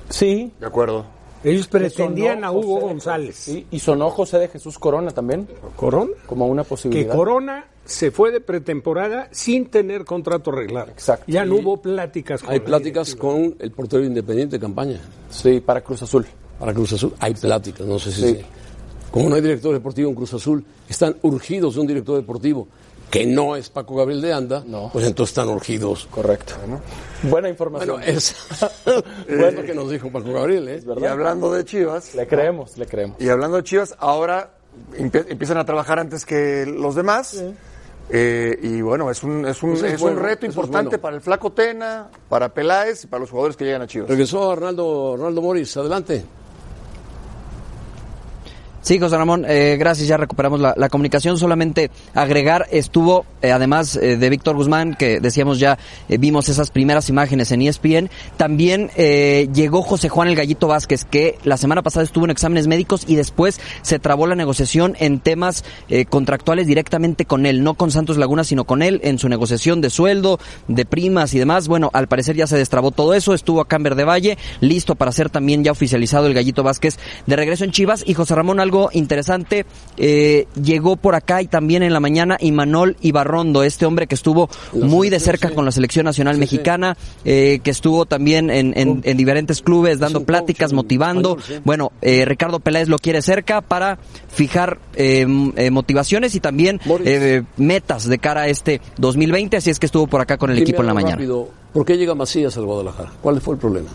D: Sí.
E: De acuerdo.
C: Ellos pretendían
D: sonó
C: a Hugo
D: José de-
C: González.
D: Sí, y sonó José de Jesús Corona también,
C: ¿Corona?
D: como una
C: Que
D: posibilidad.
C: Corona se fue de pretemporada sin tener contrato arreglado.
D: Exacto.
C: Ya no hubo pláticas. con
B: hay
C: la
B: pláticas con el portero independiente de campaña
D: Sí, para Cruz Azul.
B: para Cruz Azul. Hay pláticas, no sé si.
D: Sí.
B: se- Como no hay director deportivo en Cruz Azul, están urgidos de un director deportivo que no es Paco Gabriel de Anda,
D: No.
B: pues entonces están urgidos.
D: Correcto. Buena información.
B: Bueno, es, (laughs) es lo que nos dijo Paco Gabriel, ¿eh?
E: Y hablando de Chivas,
D: Le creemos, le creemos.
E: y hablando de Chivas, ahora empie- empiezan a trabajar antes que los demás. Eh, y bueno, es un, es un,
B: Eso es
E: es
B: bueno,
E: un reto
B: eso es
E: importante
B: bueno.
E: para el Flaco Tena, para Peláez y para los jugadores que llegan a Chivas.
B: Regresó Arnaldo, Arnaldo Moris, adelante.
H: Sí, José Ramón, eh, gracias, ya recuperamos la, la comunicación. Solamente agregar, estuvo, eh, además eh, de Víctor Guzmán, que decíamos ya, eh, vimos esas primeras imágenes en E ESPN, también eh, llegó José Juan el Gallito Vázquez, que la semana pasada estuvo en exámenes médicos y después se trabó la negociación en temas eh, contractuales directamente con él, no con Santos Laguna, sino con él en su negociación de sueldo, de primas y demás. Bueno, al parecer ya se destrabó todo eso, estuvo acá en Verde Valle, listo para ser también ya oficializado el Gallito Vázquez de regreso en Chivas. Y José Ramón, algo interesante, eh, llegó por acá y también en la mañana Imanol Ibarrondo, este hombre que estuvo muy de cerca con la Selección Nacional Mexicana, eh, que estuvo también en, en- en diferentes clubes dando
B: coach,
H: pláticas,
B: un
H: motivando.
B: español, sí.
H: Bueno, eh, Ricardo Peláez lo quiere cerca para fijar eh, m- eh, motivaciones y también
B: Boris.
H: eh, metas de cara a este 2020, así es que estuvo por acá con el
B: Dime
H: equipo en la
B: algo
H: mañana.
B: rápido, ¿Por qué llega Macías al Guadalajara? ¿Cuál fue el problema?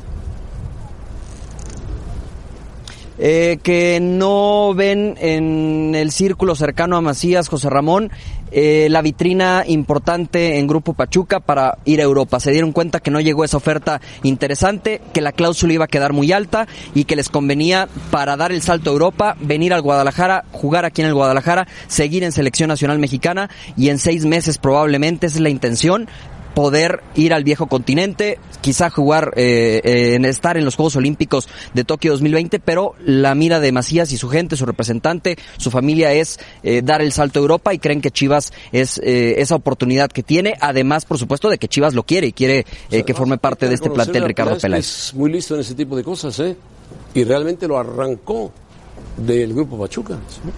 H: eh, que no ven en el círculo cercano a Macías, José Ramón, eh, la vitrina importante en Grupo Pachuca para ir a Europa. Se dieron cuenta que no llegó esa oferta interesante, que la cláusula iba a quedar muy alta y que les convenía para dar el salto a Europa, venir al Guadalajara, jugar aquí en el Guadalajara, seguir en selección nacional mexicana y en seis meses probablemente, esa es la intención, poder ir al viejo continente, quizá jugar, eh, eh, en estar en los Juegos Olímpicos de Tokio 2020, pero la mira de Macías y su gente, su representante, su familia es eh, dar el salto a Europa y creen que Chivas es eh, esa oportunidad que tiene, además, por supuesto, de que Chivas lo quiere y quiere eh, que forme parte de este
B: Reconocerle
H: plantel
B: a
H: Ricardo
B: que
H: Peláez.
B: Es muy listo en ese tipo de cosas, ¿eh? Y realmente lo arrancó del grupo Pachuca. Y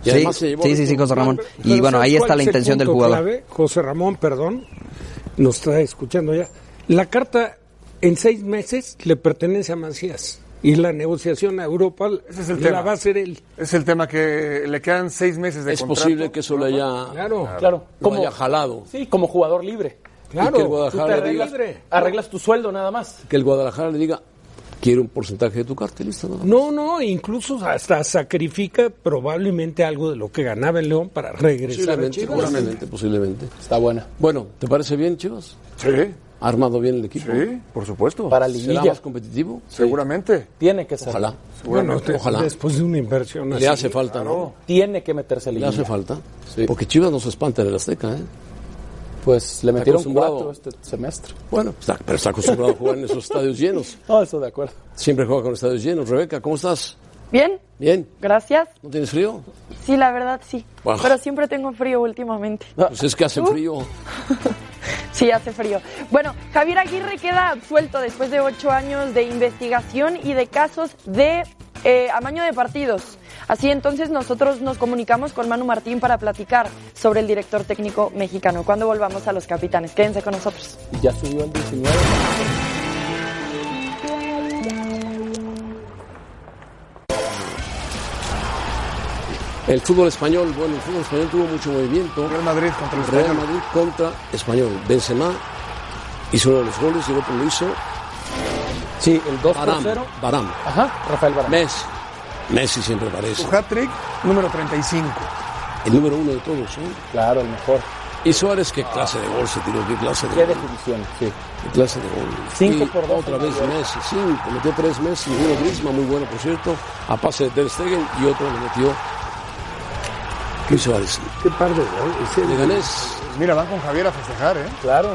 H: Sí,
B: además se llevó
H: sí,
B: a
H: sí, sí,
B: Víctor
H: José Ramón.
B: Guzmán.
H: Y
C: Pero
H: bueno,
C: ¿sabes
H: ahí
C: cuál
H: está la
C: es el
H: intención del
C: punto
H: jugador.
C: clave? José Ramón, perdón, nos está escuchando ya. La carta en seis meses le pertenece a Macías y la negociación a Europa
E: Ese es el
C: la
E: tema.
C: va a hacer él.
E: Es el tema que le quedan seis meses de
B: Es
E: contrato.
B: posible que eso lo haya,
C: Claro,
D: Claro.
B: lo haya jalado.
D: Sí, como jugador libre.
C: claro.
B: Y que el
D: Tú te
B: Guadalajara le diga-
D: arreglas, arreglas tu sueldo nada más.
B: Que el Guadalajara le diga, quiero un porcentaje de tu carta, y listo. nada más.
C: No, no, incluso hasta sacrifica probablemente algo de lo que ganaba el León para regresar a
B: Posiblemente,
C: Chivas.
B: seguramente, posiblemente.
D: Está buena.
B: Bueno, ¿te parece bien, chicos?
E: Sí,
B: ¿Ha armado bien el equipo?
E: sí, por supuesto.
D: Para
B: ¿Será
D: liguilla.
B: más competitivo?
E: Seguramente.
D: Tiene que ser.
B: Ojalá.
C: Bueno, te-
B: Ojalá.
C: después de una inversión así.
B: Le hace falta, ¿no?
D: Tiene que meterse a
B: Le
D: liguilla.
B: hace falta.
D: Sí.
B: Porque Chivas nos espanta en el Azteca, ¿eh?
D: Pues le metieron
B: acostumbrado.
D: cuatro este semestre.
B: Bueno, está- pero está acostumbrado
D: (laughs)
B: a jugar en esos estadios llenos.
D: No, eso de acuerdo.
B: Siempre juega con estadios llenos. Rebeca, ¿cómo estás?
G: Bien,
B: ¿Bien?
G: gracias.
B: ¿No tienes frío?
G: Sí, la verdad sí.
B: Wow.
G: Pero siempre tengo frío últimamente.
B: Pues es que hace frío.
G: Sí, hace frío. Bueno, Javier Aguirre queda absuelto después de ocho años de investigación y de casos de eh, amaño de partidos. Así entonces nosotros nos comunicamos con Manu Martín para platicar sobre el director técnico mexicano. Cuando volvamos a los capitanes, quédense con nosotros.
D: Y Ya subió el 19.
B: El fútbol español, bueno, el fútbol español tuvo mucho movimiento.
E: Real Madrid contra el
B: Real
E: Español.
B: Madrid contra Español. Benzema hizo uno de los goles y el otro lo hizo
D: Sí, el 2 por
B: Baram.
D: 0.
B: Baram.
D: Ajá, Rafael Barán.
B: Messi. Messi siempre aparece.
E: Su hat-trick número 35.
B: El número uno de todos, ¿eh?
D: Claro, el mejor.
B: Y Suárez, qué clase de gol se tiró, qué clase de
D: Qué
B: gol.
D: definición, sí.
B: Qué clase de gol.
D: Cinco
B: Y
D: por dos
B: Otra
D: en
B: vez
D: Nueva York.
B: Messi, cinco. Metió tres Messi, uno Griezmann, muy bueno por cierto. A pase de Ter Stegen y otro le metió Luis Suárez.
C: Qué par de gol. Ese-
B: Leganés,
I: Mira, van con Javier a festejar, ¿eh?
D: Claro.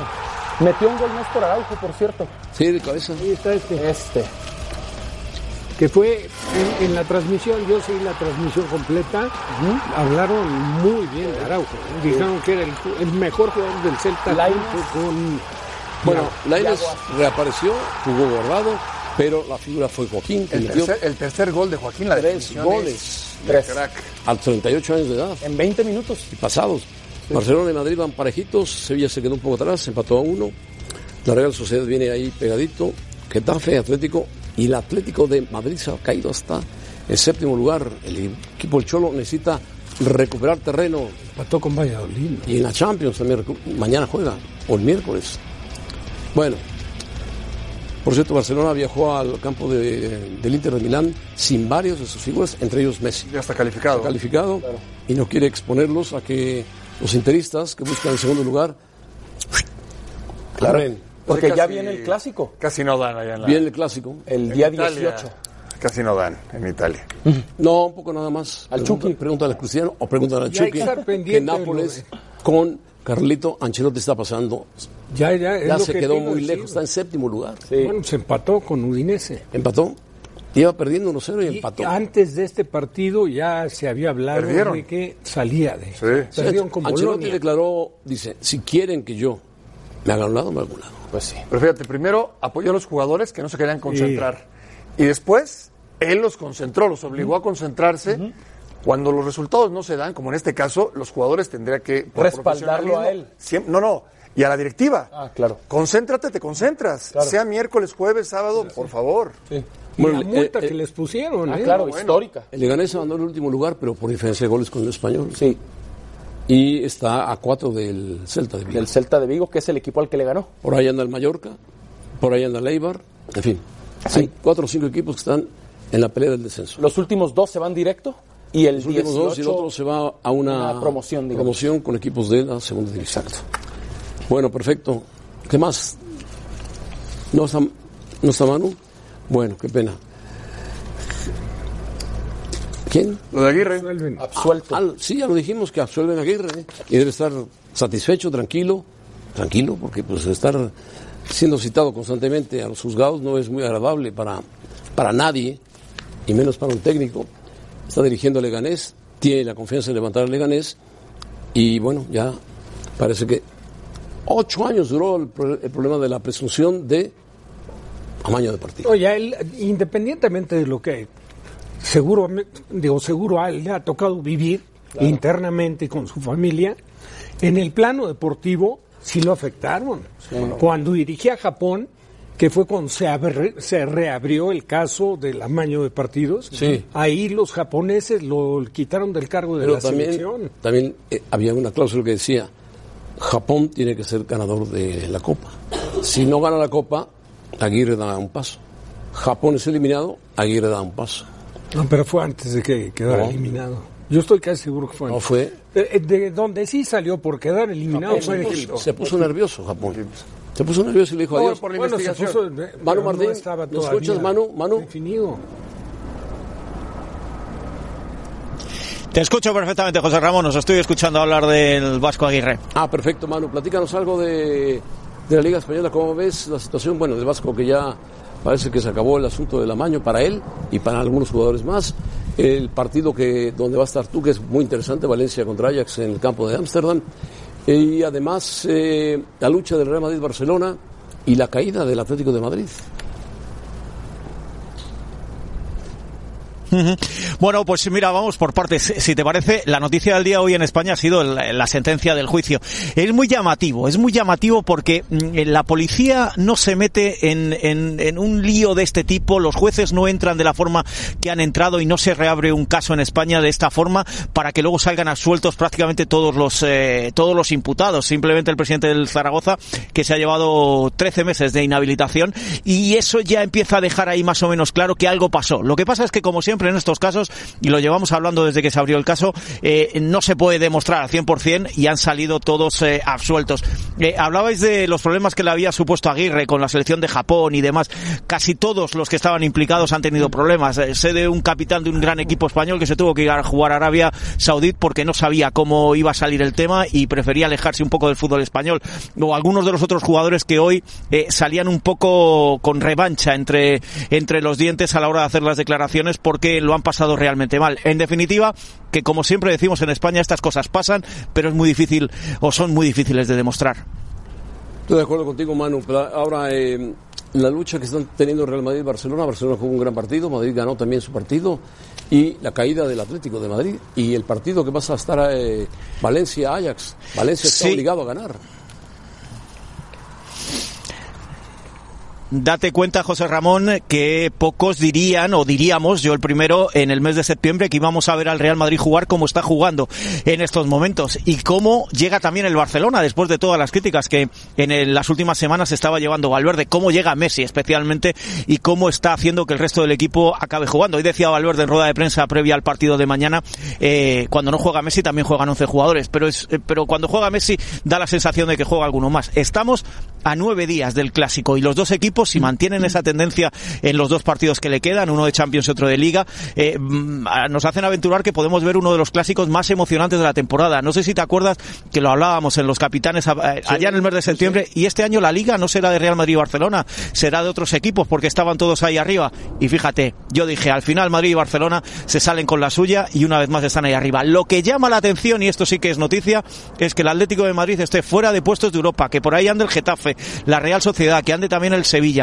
D: Metió un gol Néstor Araujo, por cierto.
B: sí, de cabeza.
C: Ahí está este.
D: Este.
C: Que fue en, en la transmisión, yo seguí la transmisión completa. Hablaron muy bien de Araujo. ¿eh? Dijeron que era el, ju- el mejor jugador del Celta
D: Lainez.
C: junto con
B: Bueno, Lainez reapareció, jugó guardado, pero la figura fue Joaquín, que
I: El
B: metió
I: tercer, el tercer gol de Joaquín, la
B: tres
I: definición es-
B: goles
D: Tres.
B: a 38 años de edad.
D: En 20 minutos.
B: y pasados. Barcelona y Madrid van parejitos, Sevilla se quedó un poco atrás, empató a uno. La Real Sociedad viene ahí pegadito, Getafe, Atlético y el Atlético de Madrid se ha caído hasta el séptimo lugar. El equipo el Cholo necesita recuperar terreno
C: Pató con Valladolid. ¿no?
B: y en la Champions también recu- mañana juega o el miércoles. Bueno, por cierto, Barcelona viajó al campo de- del Inter de Milán sin varios de sus figuras, entre ellos Messi
E: Ya está calificado.
B: calificado y no quiere exponerlos a que los interistas que buscan el segundo lugar corren.
D: Porque
E: Casi-
D: ya viene el clásico.
I: Casi no dan allá en la...
B: Viene el clásico.
D: El día
I: Italia.
D: 18.
I: Casi no dan en Italia.
B: No, un poco nada más. Al Chucky. Pregúntale a Cristiano o pregúntale al
C: Y hay
B: Chucky.
C: que estar
B: que
C: pendiente de lo
B: Nápoles
C: de-
B: con Carlito Ancelotti está pasando.
C: Ya, ya, es
B: Ya
C: lo
B: se
C: que
B: quedó
C: te iba a
B: muy
C: decir.
B: lejos, está en séptimo lugar.
D: Sí.
C: Bueno, se empató con Udinese.
B: Empató. Iba perdiendo 1-0 y
C: Y
B: empató.
C: antes de este partido ya se había hablado
I: Perdieron.
C: de que salía de.
I: Sí.
C: Perdieron con
B: Ancelotti
C: Bolonia.
B: declaró, dice, si quieren que yo me haga a un lado, me haga a un lado.
D: Pues
C: Ah,
D: sí.
E: Pero fíjate, primero apoyó a los jugadores que no se querían concentrar. Y después, él los concentró, los obligó a concentrarse. Cuando los resultados no se dan, como en este caso, los jugadores tendrían que por
D: Respaldarlo a
E: profesionalismo,
D: él.
E: siem- no, no. Y a la directiva.
D: Ah, claro.
E: Concéntrate, te concentras. Sea miércoles, jueves, sábado, por favor.
C: Y
B: Bueno,
C: la multa
B: eh,
C: que
B: eh,
C: les pusieron.
D: Ah,
C: ¿eh?
D: claro, histórica.
B: El Leganés abandonó el último lugar, pero por diferencia de goles con el español.
D: Sí.
B: Y está a cuatro del Celta de Vigo.
D: Del Celta de Vigo, que es el equipo al que le ganó.
B: Por ahí anda el Mallorca, por ahí anda el Eibar, en fin. Hay cuatro o cinco equipos que están en la pelea del descenso.
D: Los últimos dos se van directo y el
B: Los últimos dos y el
D: 18
B: otro se va a una,
D: una promoción, digamos.
B: promoción con equipos de la segunda división. Bueno, perfecto. ¿Qué más? ¿No está, ¿No está Manu? Bueno, qué pena. ¿Quién?
E: Lo de Aguirre.
C: Vuelven.
D: Ah, absuelto.
B: Al- sí, ya lo dijimos que absuelven a Aguirre ¿eh? y debe estar satisfecho, tranquilo, tranquilo, porque pues estar siendo citado constantemente a los juzgados no es muy agradable para, para nadie, y menos para un técnico. Está dirigiendo a Leganés, tiene la confianza en levantar a Leganés, y bueno, ya parece que ocho años duró el, pro- el problema de la presunción de amaño de partido.
C: No, ya él, independientemente de lo que seguro, digo, seguro a él le ha tocado vivir internamente y con su familia, en el plano deportivo sí lo afectaron. Cuando dirigía a Japón, que fue cuando se, abre- se reabrió el caso del amaño de partidos,
B: Sí.
C: ahí los japoneses lo quitaron del cargo de
B: Pero
C: la
B: también,
C: selección.
B: también eh, había una cláusula que decía, Japón tiene que ser ganador de la Copa. Si no gana la Copa, Aguirre da un paso. Japón es eliminado, Aguirre da un paso.
C: No, pero fue antes de que quedara
B: No.
C: eliminado. Yo estoy casi seguro que fue.
B: No
C: antes.
B: fue.
C: Eh, eh, de donde sí salió por quedar eliminado fue
B: se,
C: Egipto.
B: puso, pues, se puso nervioso Japón. Se puso nervioso y le dijo adiós.
E: por la
C: Bueno, se
E: investigación.
C: puso- eh,
B: Manu
C: no
B: Martín,
C: estaba
B: ¿me
C: todavía
B: escuchas, Manu? Manu.
C: definido.
J: Te escucho perfectamente, José Ramón. Os estoy escuchando hablar del Vasco Aguirre.
B: Ah, perfecto, Manu. Platícanos algo de, de la Liga Española. ¿Cómo ves la situación? Bueno, del Vasco que ya parece que se acabó el asunto del amaño para él y para algunos jugadores más. El partido que donde va a estar tú, que es muy interesante, Valencia contra Ajax en el campo de Ámsterdam. Y además eh, la lucha del Real Madrid-Barcelona y la caída del Atlético de Madrid.
J: Bueno, pues mira, vamos por partes. Si te parece, la noticia del día hoy en España ha sido el- la sentencia del juicio. Es muy llamativo, es muy llamativo porque mm, la policía no se mete en, en- en un lío de este tipo, los jueces no entran de la forma que han entrado y no se reabre un caso en España de esta forma para que luego salgan absueltos prácticamente todos los, eh, todos los imputados. Simplemente el presidente del Zaragoza, que se ha llevado 13 meses de inhabilitación y eso ya empieza a dejar ahí más o menos claro que algo pasó. Lo que pasa es que, como siempre, siempre en estos casos, y lo llevamos hablando desde que se abrió el caso, eh, no se puede demostrar al 100% y han salido todos eh, absueltos. Eh, hablabais de los problemas que le había supuesto Aguirre con la selección de Japón y demás. Casi todos los que estaban implicados han tenido problemas. Eh, sé de un capitán de un gran equipo español que se tuvo que ir a jugar a Arabia Saudí porque no sabía cómo iba a salir el tema y prefería alejarse un poco del fútbol español. O algunos de los otros jugadores que hoy eh, salían un poco con revancha entre, entre los dientes a la hora de hacer las declaraciones porque lo han pasado realmente mal. En definitiva, que como siempre decimos en España, estas cosas pasan, pero es muy difícil o son muy difíciles de demostrar.
B: Estoy de acuerdo contigo, Manu. pero ahora, eh, la lucha que están teniendo Real Madrid y Barcelona. Barcelona jugó un gran partido, Madrid ganó también su partido. Y la caída del Atlético de Madrid. Y el partido que vas a estar eh, Valencia-Ajax. Valencia está
J: Sí.
B: obligado a ganar.
J: Date cuenta, José Ramón, que pocos dirían, o diríamos, yo el primero, en el mes de septiembre, que íbamos a ver al Real Madrid jugar como está jugando en estos momentos. Y cómo llega también el Barcelona, después de todas las críticas que en el- las últimas semanas se estaba llevando Valverde. Cómo llega Messi, especialmente, y cómo está haciendo que el resto del equipo acabe jugando. Hoy decía Valverde en rueda de prensa previa al partido de mañana, eh, cuando no juega Messi también juegan 11 jugadores, pero, es, eh, pero cuando juega Messi da la sensación de que juega alguno más. Estamos a nueve días del clásico y los dos equipos, si mantienen esa tendencia en los dos partidos que le quedan, uno de Champions y otro de Liga, eh, mm, a- nos hacen aventurar que podemos ver uno de los clásicos más emocionantes de la temporada. No sé si te acuerdas que lo hablábamos en los capitanes a- a- allá en el mes de septiembre y este año la Liga no será de Real Madrid y Barcelona, será de otros equipos porque estaban todos ahí arriba. Y fíjate, yo dije, al final Madrid y Barcelona se salen con la suya y una vez más están ahí arriba. Lo que llama la atención, y esto sí que es noticia, es que el Atlético de Madrid esté fuera de puestos de Europa, que por ahí anda el Getafe, la Real Sociedad, que ande también el Sevilla.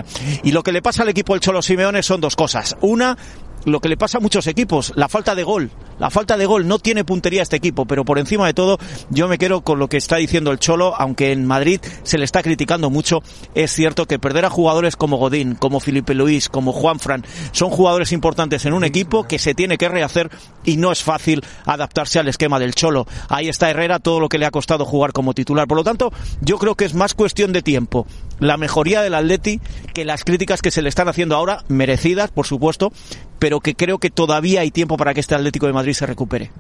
J: Y lo que le pasa al equipo del Cholo Simeone son dos cosas. Una, lo que le pasa a muchos equipos, la falta de gol. La falta de gol no tiene puntería este equipo, pero por encima de todo yo me quedo con lo que está diciendo el Cholo, aunque en Madrid se le está criticando mucho. Es cierto que perder a jugadores como Godín, como Felipe Luis, como Juanfran, son jugadores importantes en un equipo que se tiene que rehacer y no es fácil adaptarse al esquema del Cholo. Ahí está Herrera, todo lo que le ha costado jugar como titular. Por lo tanto, yo creo que es más cuestión de tiempo la mejoría del Atleti que las críticas que se le están haciendo ahora, merecidas, por supuesto, pero que creo que todavía hay tiempo para que este Atlético de Madrid se recupere.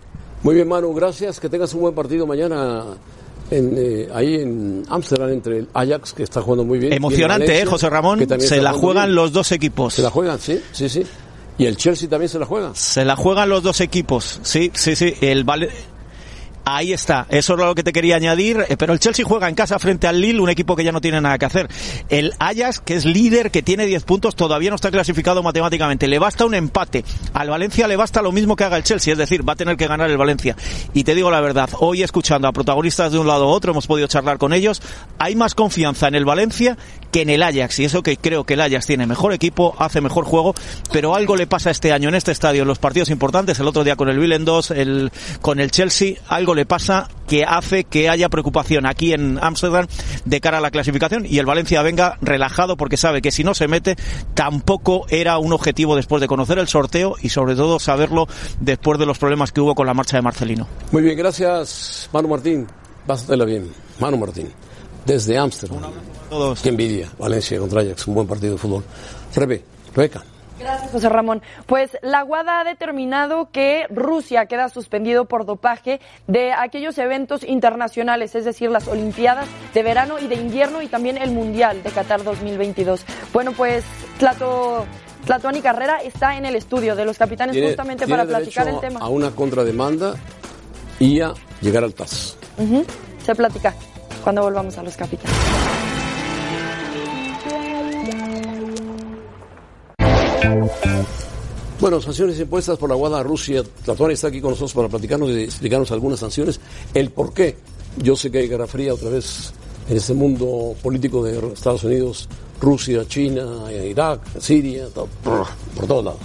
B: Muy bien, Manu, gracias. Que tengas un buen partido mañana en, eh, ahí en Ámsterdam entre el Ajax, que está jugando muy bien. y el
J: Emocionante,
B: Valencia,
J: ¿eh, José
B: que
J: Ramón?
B: también
J: Se
B: está
J: la
B: jugando
J: juegan
B: bien.
J: los dos equipos.
B: Se la juegan, sí, sí, sí. Y el Chelsea también se la juega.
J: Se la juegan los dos equipos. Sí, sí, sí. El Vale- Ahí está, eso era lo que te quería añadir, eh, pero el Chelsea juega en casa frente al Lille, un equipo que ya no tiene nada que hacer. El Ajax, que es líder, que tiene 10 puntos, todavía no está clasificado matemáticamente, le basta un empate. Al Valencia le basta lo mismo que haga el Chelsea, es decir, va a tener que ganar el Valencia. Y te digo la verdad, hoy escuchando a protagonistas de un lado u otro, hemos podido charlar con ellos, hay más confianza en el Valencia que en el Ajax, y eso que creo que el Ajax tiene mejor equipo, hace mejor juego, pero algo le pasa este año en este estadio, en los partidos importantes, el otro día con el Willem 2, el, con el Chelsea, algo le pasa que hace que haya preocupación aquí en Ámsterdam de cara a la clasificación y el Valencia venga relajado porque sabe que si no se mete tampoco era un objetivo después de conocer el sorteo y sobre todo saberlo después de los problemas que hubo con la marcha de Marcelino.
B: Muy bien, gracias, Manu Martín. Pásatela bien, Manu Martín. Desde Ámsterdam.
J: Todos.
B: Qué envidia, Valencia contra Ajax, un buen partido de fútbol. Rebe, Rebeca.
G: Gracias, José Ramón. Pues la WADA ha determinado que Rusia queda suspendido por dopaje de aquellos eventos internacionales, es decir, las Olimpiadas de verano y de invierno y también el Mundial de Qatar 2022. Bueno, pues Tlato, Tlatoani Carrera está en el estudio de los capitanes
B: Tiene-
G: justamente
B: tiene
G: para platicar el
B: derecho
G: tema.
B: A una contrademanda y a llegar al TAS.
G: Ujú. Se platica cuando volvamos a los capitanes.
B: Bueno, sanciones impuestas por la Guada a Rusia. Tatuani está aquí con nosotros para platicarnos y explicarnos algunas sanciones. El por qué. Yo sé que hay guerra fría otra vez en este mundo político de Estados Unidos, Rusia, China, Irak, Siria, to- por, por todos lados.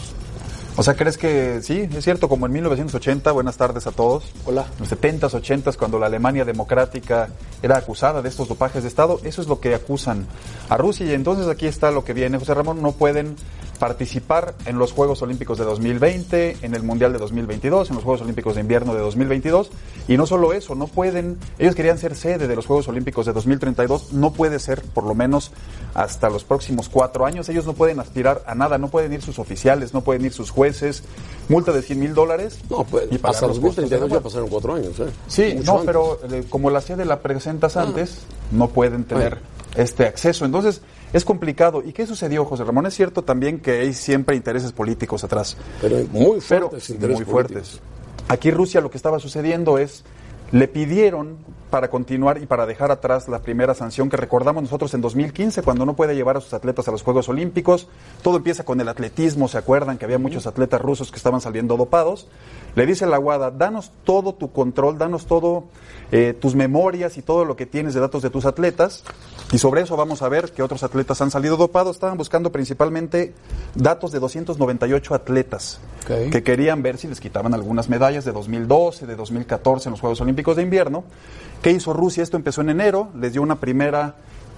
I: O sea, ¿crees que sí? Es cierto, como en 1980, buenas tardes a todos. Hola. En los 70s, 80s, cuando la Alemania democrática era acusada de estos dopajes de Estado, eso es lo que acusan a Rusia. Y entonces aquí está lo que viene. José Ramón, no pueden participar en los Juegos Olímpicos de 2020, en el Mundial de 2022, en los Juegos Olímpicos de Invierno de 2022. Y no solo eso, no pueden, ellos querían ser sede de los Juegos Olímpicos de 2032, no puede ser por lo menos hasta los próximos cuatro años. Ellos no pueden aspirar a nada, no pueden ir sus oficiales, no pueden ir sus jueces, multa de 100 mil dólares.
B: No, pues,
I: y pagar
B: hasta los
I: costos de
B: 2032 ya
I: la
B: pasaron cuatro años. ¿eh?
I: Sí,
B: Mucho
I: no,
B: antes. Ah.
I: pero eh, como la sede la presentas antes, no pueden tener este acceso. Entonces, es complicado. ¿Y qué sucedió, José Ramón? Es cierto también que hay siempre intereses políticos atrás.
B: Pero muy fuertes intereses
I: muy fuertes. Aquí Rusia lo que estaba sucediendo es, le pidieron para continuar y para dejar atrás la primera sanción que recordamos nosotros en 2015, cuando no puede llevar a sus atletas a los Juegos Olímpicos. Todo empieza con el atletismo, ¿se acuerdan? Que había muchos atletas rusos que estaban saliendo dopados. Le dice la WADA, danos todo tu control, danos todo eh, tus memorias y todo lo que tienes de datos de tus atletas. Y sobre eso vamos a ver que otros atletas han salido dopados. Estaban buscando principalmente datos de 298 atletas
B: Ok.
I: que querían ver si les quitaban algunas medallas de 2012, de 2014 en los Juegos Olímpicos de Invierno. ¿Qué hizo Rusia? Esto empezó en enero, les dio una primera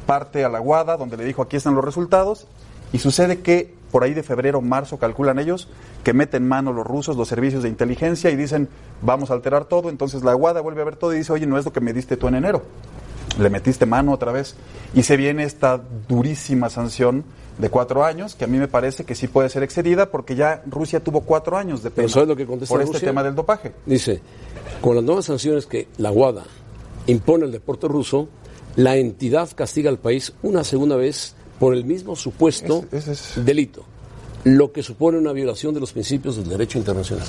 I: parte a la Guada donde le dijo aquí están los resultados y sucede que por ahí de febrero, marzo, calculan ellos, que meten mano los rusos, los servicios de inteligencia y dicen vamos a alterar todo, entonces la Guada vuelve a ver todo y dice oye, no es lo que me diste tú en enero le metiste mano otra vez y se viene esta durísima sanción de cuatro años que a mí me parece que sí puede ser excedida porque ya Rusia tuvo cuatro años de
B: Pero
I: pena
B: ¿sabes lo que contesta
I: por este
B: Rusia?
I: tema del dopaje.
B: Dice, con las nuevas sanciones que la WADA impone al deporte ruso, la entidad castiga al país una segunda vez por el mismo supuesto
I: Ese- ese
B: delito, lo que supone una violación de los principios del derecho internacional.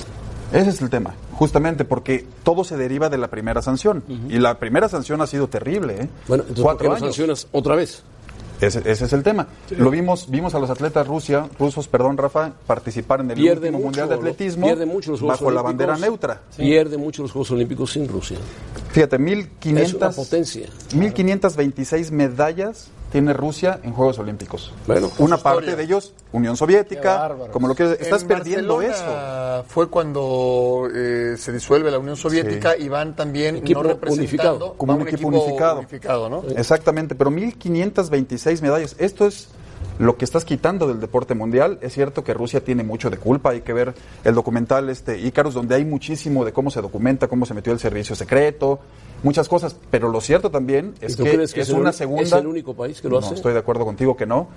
I: Ese es el tema, justamente porque todo se deriva de la primera sanción y la primera sanción ha sido terrible, ¿eh?
B: Bueno, entonces, ¿por qué
I: cuatro
B: no
I: años.
B: sancionas otra vez?
I: Ese, ese es el tema. Lo vimos, vimos a los atletas Rusia, rusos, perdón, Rafa, participar en el
B: Pierde
I: último
B: mucho,
I: mundial de
B: ¿no?
I: atletismo
B: Pierde mucho los Juegos
I: bajo la bandera
B: Olímpicos.
I: neutra.
B: Pierde mucho los Juegos Olímpicos sin Rusia.
I: Fíjate,
B: Es una
I: 1500
B: potencia.
I: 1.526 medallas tiene Rusia en Juegos Olímpicos.
B: Bueno,
I: una parte de ellos, Unión Soviética,
E: bárbaros.
I: como lo que estás
E: En
I: perdiendo eso.
E: Barcelona Fue cuando eh, se disuelve la Unión Soviética y van también
B: Equipo
E: no representando
B: unificado.
I: Como
E: va
I: un equipo unificado.
E: ¿no?
I: Exactamente, pero 1.526 medallas. Esto es lo que estás quitando del deporte mundial. Es cierto que Rusia tiene mucho de culpa. Hay que ver el documental este Icarus, donde hay muchísimo de cómo se documenta, cómo se metió el servicio secreto, muchas cosas. Pero lo cierto también es
B: ¿Y tú
I: que,
B: crees que
I: es
B: es el
I: una
B: uni-
I: segunda.
B: es el único país que lo
I: no,
B: hace?
I: Estoy de acuerdo contigo que no.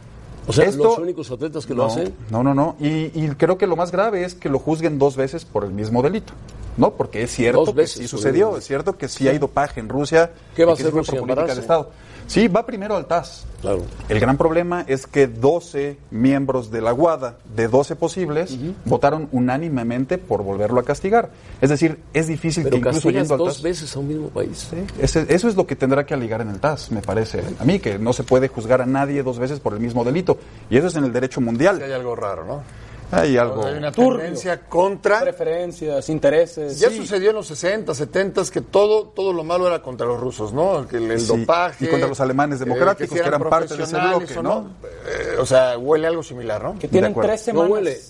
B: O sea,
I: Esto-
B: los únicos atletas que lo
I: no,
B: hacen.
I: No, no, no. Y, y creo que lo más grave es que lo juzguen dos veces por el mismo delito. ¿No? Porque es cierto
B: Dos
I: que
B: veces,
I: sí
B: oye.
I: sucedió, es cierto que sí hay dopaje en Rusia.
B: ¿Qué va a
I: y que sí
B: hacer
I: fue
B: Rusia?
I: por política de
B: ¿Embararse?
I: Estado. Sí, va primero al TAS.
B: Claro.
I: El gran problema es que 12 miembros de la Guada, de 12 posibles, votaron unánimemente por volverlo a castigar. Es decir, es difícil
B: Pero
I: que incluso
B: castigas
I: yendo al
B: dos
I: TAS.
B: veces a un mismo país.
I: Sí, ese- eso es lo que tendrá que aligar en el TAS, me parece. A mí, que no se puede juzgar a nadie dos veces por el mismo delito. Y eso es en el derecho mundial.
E: Hay algo raro, ¿no?
I: Hay algo.
E: Hay una
D: Turbio.
E: tendencia contra.
D: Preferencias, intereses.
E: Ya
D: Sí.
E: sucedió en los 60, 70 que todo todo lo malo era contra los rusos, ¿no? El, que- el
I: Sí,
E: dopaje.
I: y contra los alemanes
E: eh,
I: democráticos,
E: si
I: que eran parte de ese
E: profesionales
I: bloque,
E: o
I: ¿no?
E: Eh, o sea, huele algo similar, ¿no?
D: Que
I: De
D: tienen
I: acuerdo.
D: tres
B: No
D: semanas.
B: huele.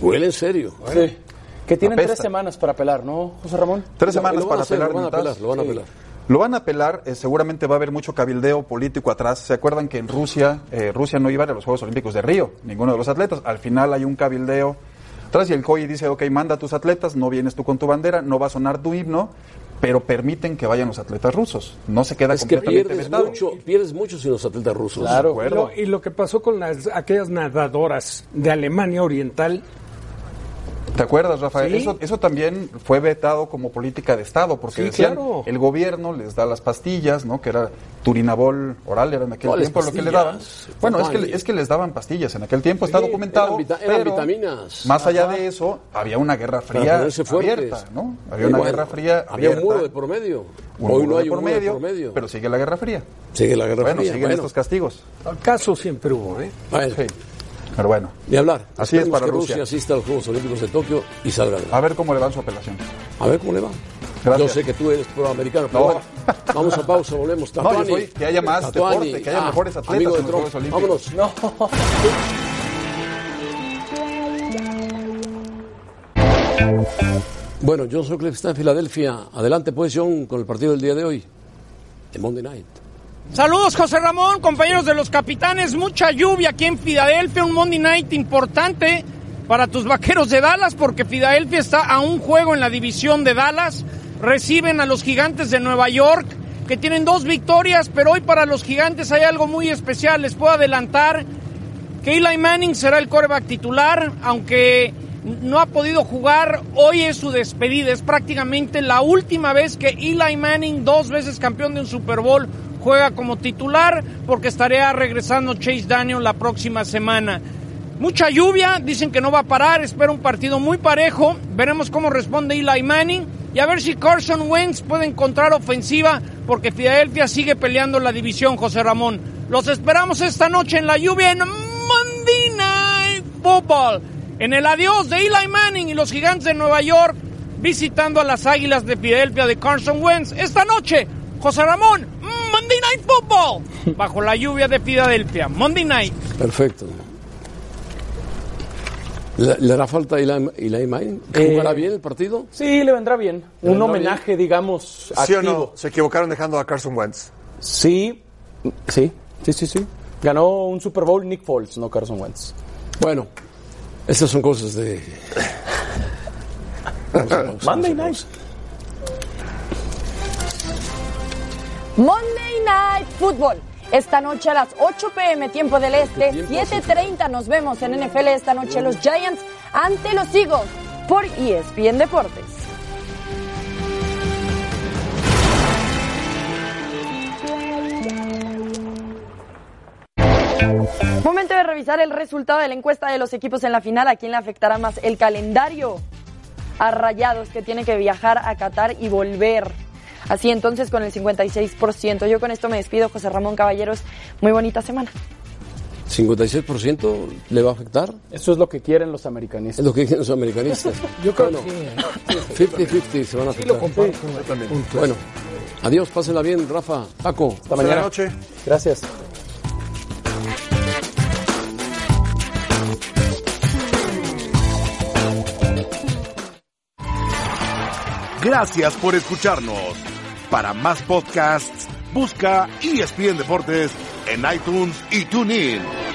B: Huele en serio.
D: Sí. Que tienen
I: Apesta.
D: tres semanas para apelar, ¿no, José Ramón?
I: Tres
B: Lo-
I: semanas
B: lo van
I: para
B: a hacer,
I: apelar.
B: Lo van
I: en
B: a
I: el TAS.
B: apelar, lo van a
I: Sí.
B: apelar.
I: Lo van a apelar, eh, seguramente va a haber mucho cabildeo político atrás. ¿Se acuerdan que en Rusia, eh, Rusia no iba a los Juegos Olímpicos de Río? Ninguno de los atletas. Al final hay un cabildeo atrás y el COI dice, ok, manda a tus atletas, no vienes tú con tu bandera, no va a sonar tu himno, pero permiten que vayan los atletas rusos. No se queda
B: Es que
I: completamente
B: pierdes
I: vetado.
B: mucho, pierdes mucho sin los atletas rusos.
I: De
D: Claro.
C: Y
I: acuerdo.
C: lo, y lo que pasó con las, aquellas nadadoras de Alemania Oriental,
I: ¿Te acuerdas, Rafael?
C: Sí.
I: Eso, eso también fue vetado como política de Estado, porque
C: Sí,
I: decían,
C: claro.
I: el gobierno les da las pastillas, ¿no? Que era turinabol oral, era en aquel
B: ¿Cuáles
I: tiempo lo que le
B: pastillas?
I: daban. Bueno, es que,
B: Oye.
I: es que les daban pastillas en aquel tiempo, está
B: Sí,
I: documentado.
B: eran vita- eran
I: pero
B: vitaminas.
I: Más allá de eso, había una guerra
B: Para
I: fría
B: ponerse fuertes.
I: abierta, ¿no? Había
B: Y
I: una
B: bueno,
I: guerra fría
B: Había un
I: abierta,
B: muro de por medio.
I: un
B: Hoy
I: muro
B: no
I: de
B: hay un muro de por medio.
I: pero sigue la guerra fría.
B: sigue la guerra
I: bueno,
B: fría.
I: siguen
B: bueno.
I: estos castigos.
C: caso siempre hubo, ¿eh?
B: Bueno,
I: Sí. Pero bueno,
B: Ni hablar.
I: Así es
B: Esperemos
I: para
B: que
I: Rusia.
B: asista a los Juegos Olímpicos de Tokio y salga
I: a
B: adelante.
I: ver cómo le dan su apelación.
B: A ver cómo le va.
I: Gracias.
B: Yo sé que tú eres proamericano, pero
I: No.
B: bueno, vamos a pausa, volvemos.
I: (laughs) No, yo
B: Tatuani. Ah,
I: soy- que haya más deporte, que haya mejores atletas
B: amigo de
I: en los
B: Trump.
I: Juegos Olímpicos.
B: Vámonos. Bueno, John Sockley está en Filadelfia. Adelante pues, John, con el partido del día de hoy. De Monday Night.
K: Saludos José Ramón, compañeros de los capitanes, mucha lluvia aquí en Filadelfia, un Monday Night importante para tus vaqueros de Dallas porque Filadelfia está a un juego en la división de Dallas, reciben a los gigantes de Nueva York que tienen dos victorias, pero hoy para los gigantes hay algo muy especial, les puedo adelantar que Eli Manning será el coreback titular, aunque no ha podido jugar, hoy es su despedida, es prácticamente la última vez que Eli Manning, dos veces campeón de un Super Bowl, juega como titular porque estaría regresando Chase Daniel la próxima semana. Mucha lluvia, dicen que no va a parar, espera un partido muy parejo, veremos cómo responde Eli Manning y a ver si Carson Wentz puede encontrar ofensiva porque Filadelfia sigue peleando la división, José Ramón. Los esperamos esta noche en la lluvia en Monday Night Football, en el adiós de Eli Manning y los gigantes de Nueva York visitando a las Águilas de Filadelfia de Carson Wentz esta noche. José Ramón, Monday Night Football, bajo la lluvia de Filadelfia. Monday Night.
B: Perfecto. ¿Le, le hará falta a Eli, Eli Manning? ¿Jugará
D: Eh,
B: bien el partido?
D: Sí, le vendrá bien.
B: ¿Le
D: Un
B: vendrá
D: homenaje, digamos,
E: ¿Sí o
D: activo.
E: no? Se equivocaron dejando a Carson Wentz.
D: Sí, sí, sí, sí, sí. Ganó un Super Bowl Nick Foles, no Carson Wentz.
B: Bueno, estas son cosas de...
D: Monday Night.
G: Monday Night Football. Esta noche a las 8 pm, tiempo del este, 7.30 nos vemos en NFL esta noche los Giants ante los Eagles por E ESPN Deportes. Momento de revisar el resultado de la encuesta de los equipos en la final, a quién le afectará más el calendario a Rayados que tiene que viajar a Qatar y volver. Así entonces con el 56%. Yo con esto me despido, José Ramón Caballeros. Muy bonita semana.
B: ¿56% le va a afectar?
D: Eso es lo que quieren los americanistas.
B: Es lo que dicen
D: (laughs)
B: los americanistas.
D: Yo creo
B: Bueno,
D: que sí, ¿eh?
B: 50-50 se van a afectar. Bueno, adiós, pásenla bien, Rafa, Paco. Hasta
D: mañana.
E: noche.
D: Gracias.
A: Gracias por escucharnos. Para más podcasts, busca ESPN Deportes en iTunes y TuneIn.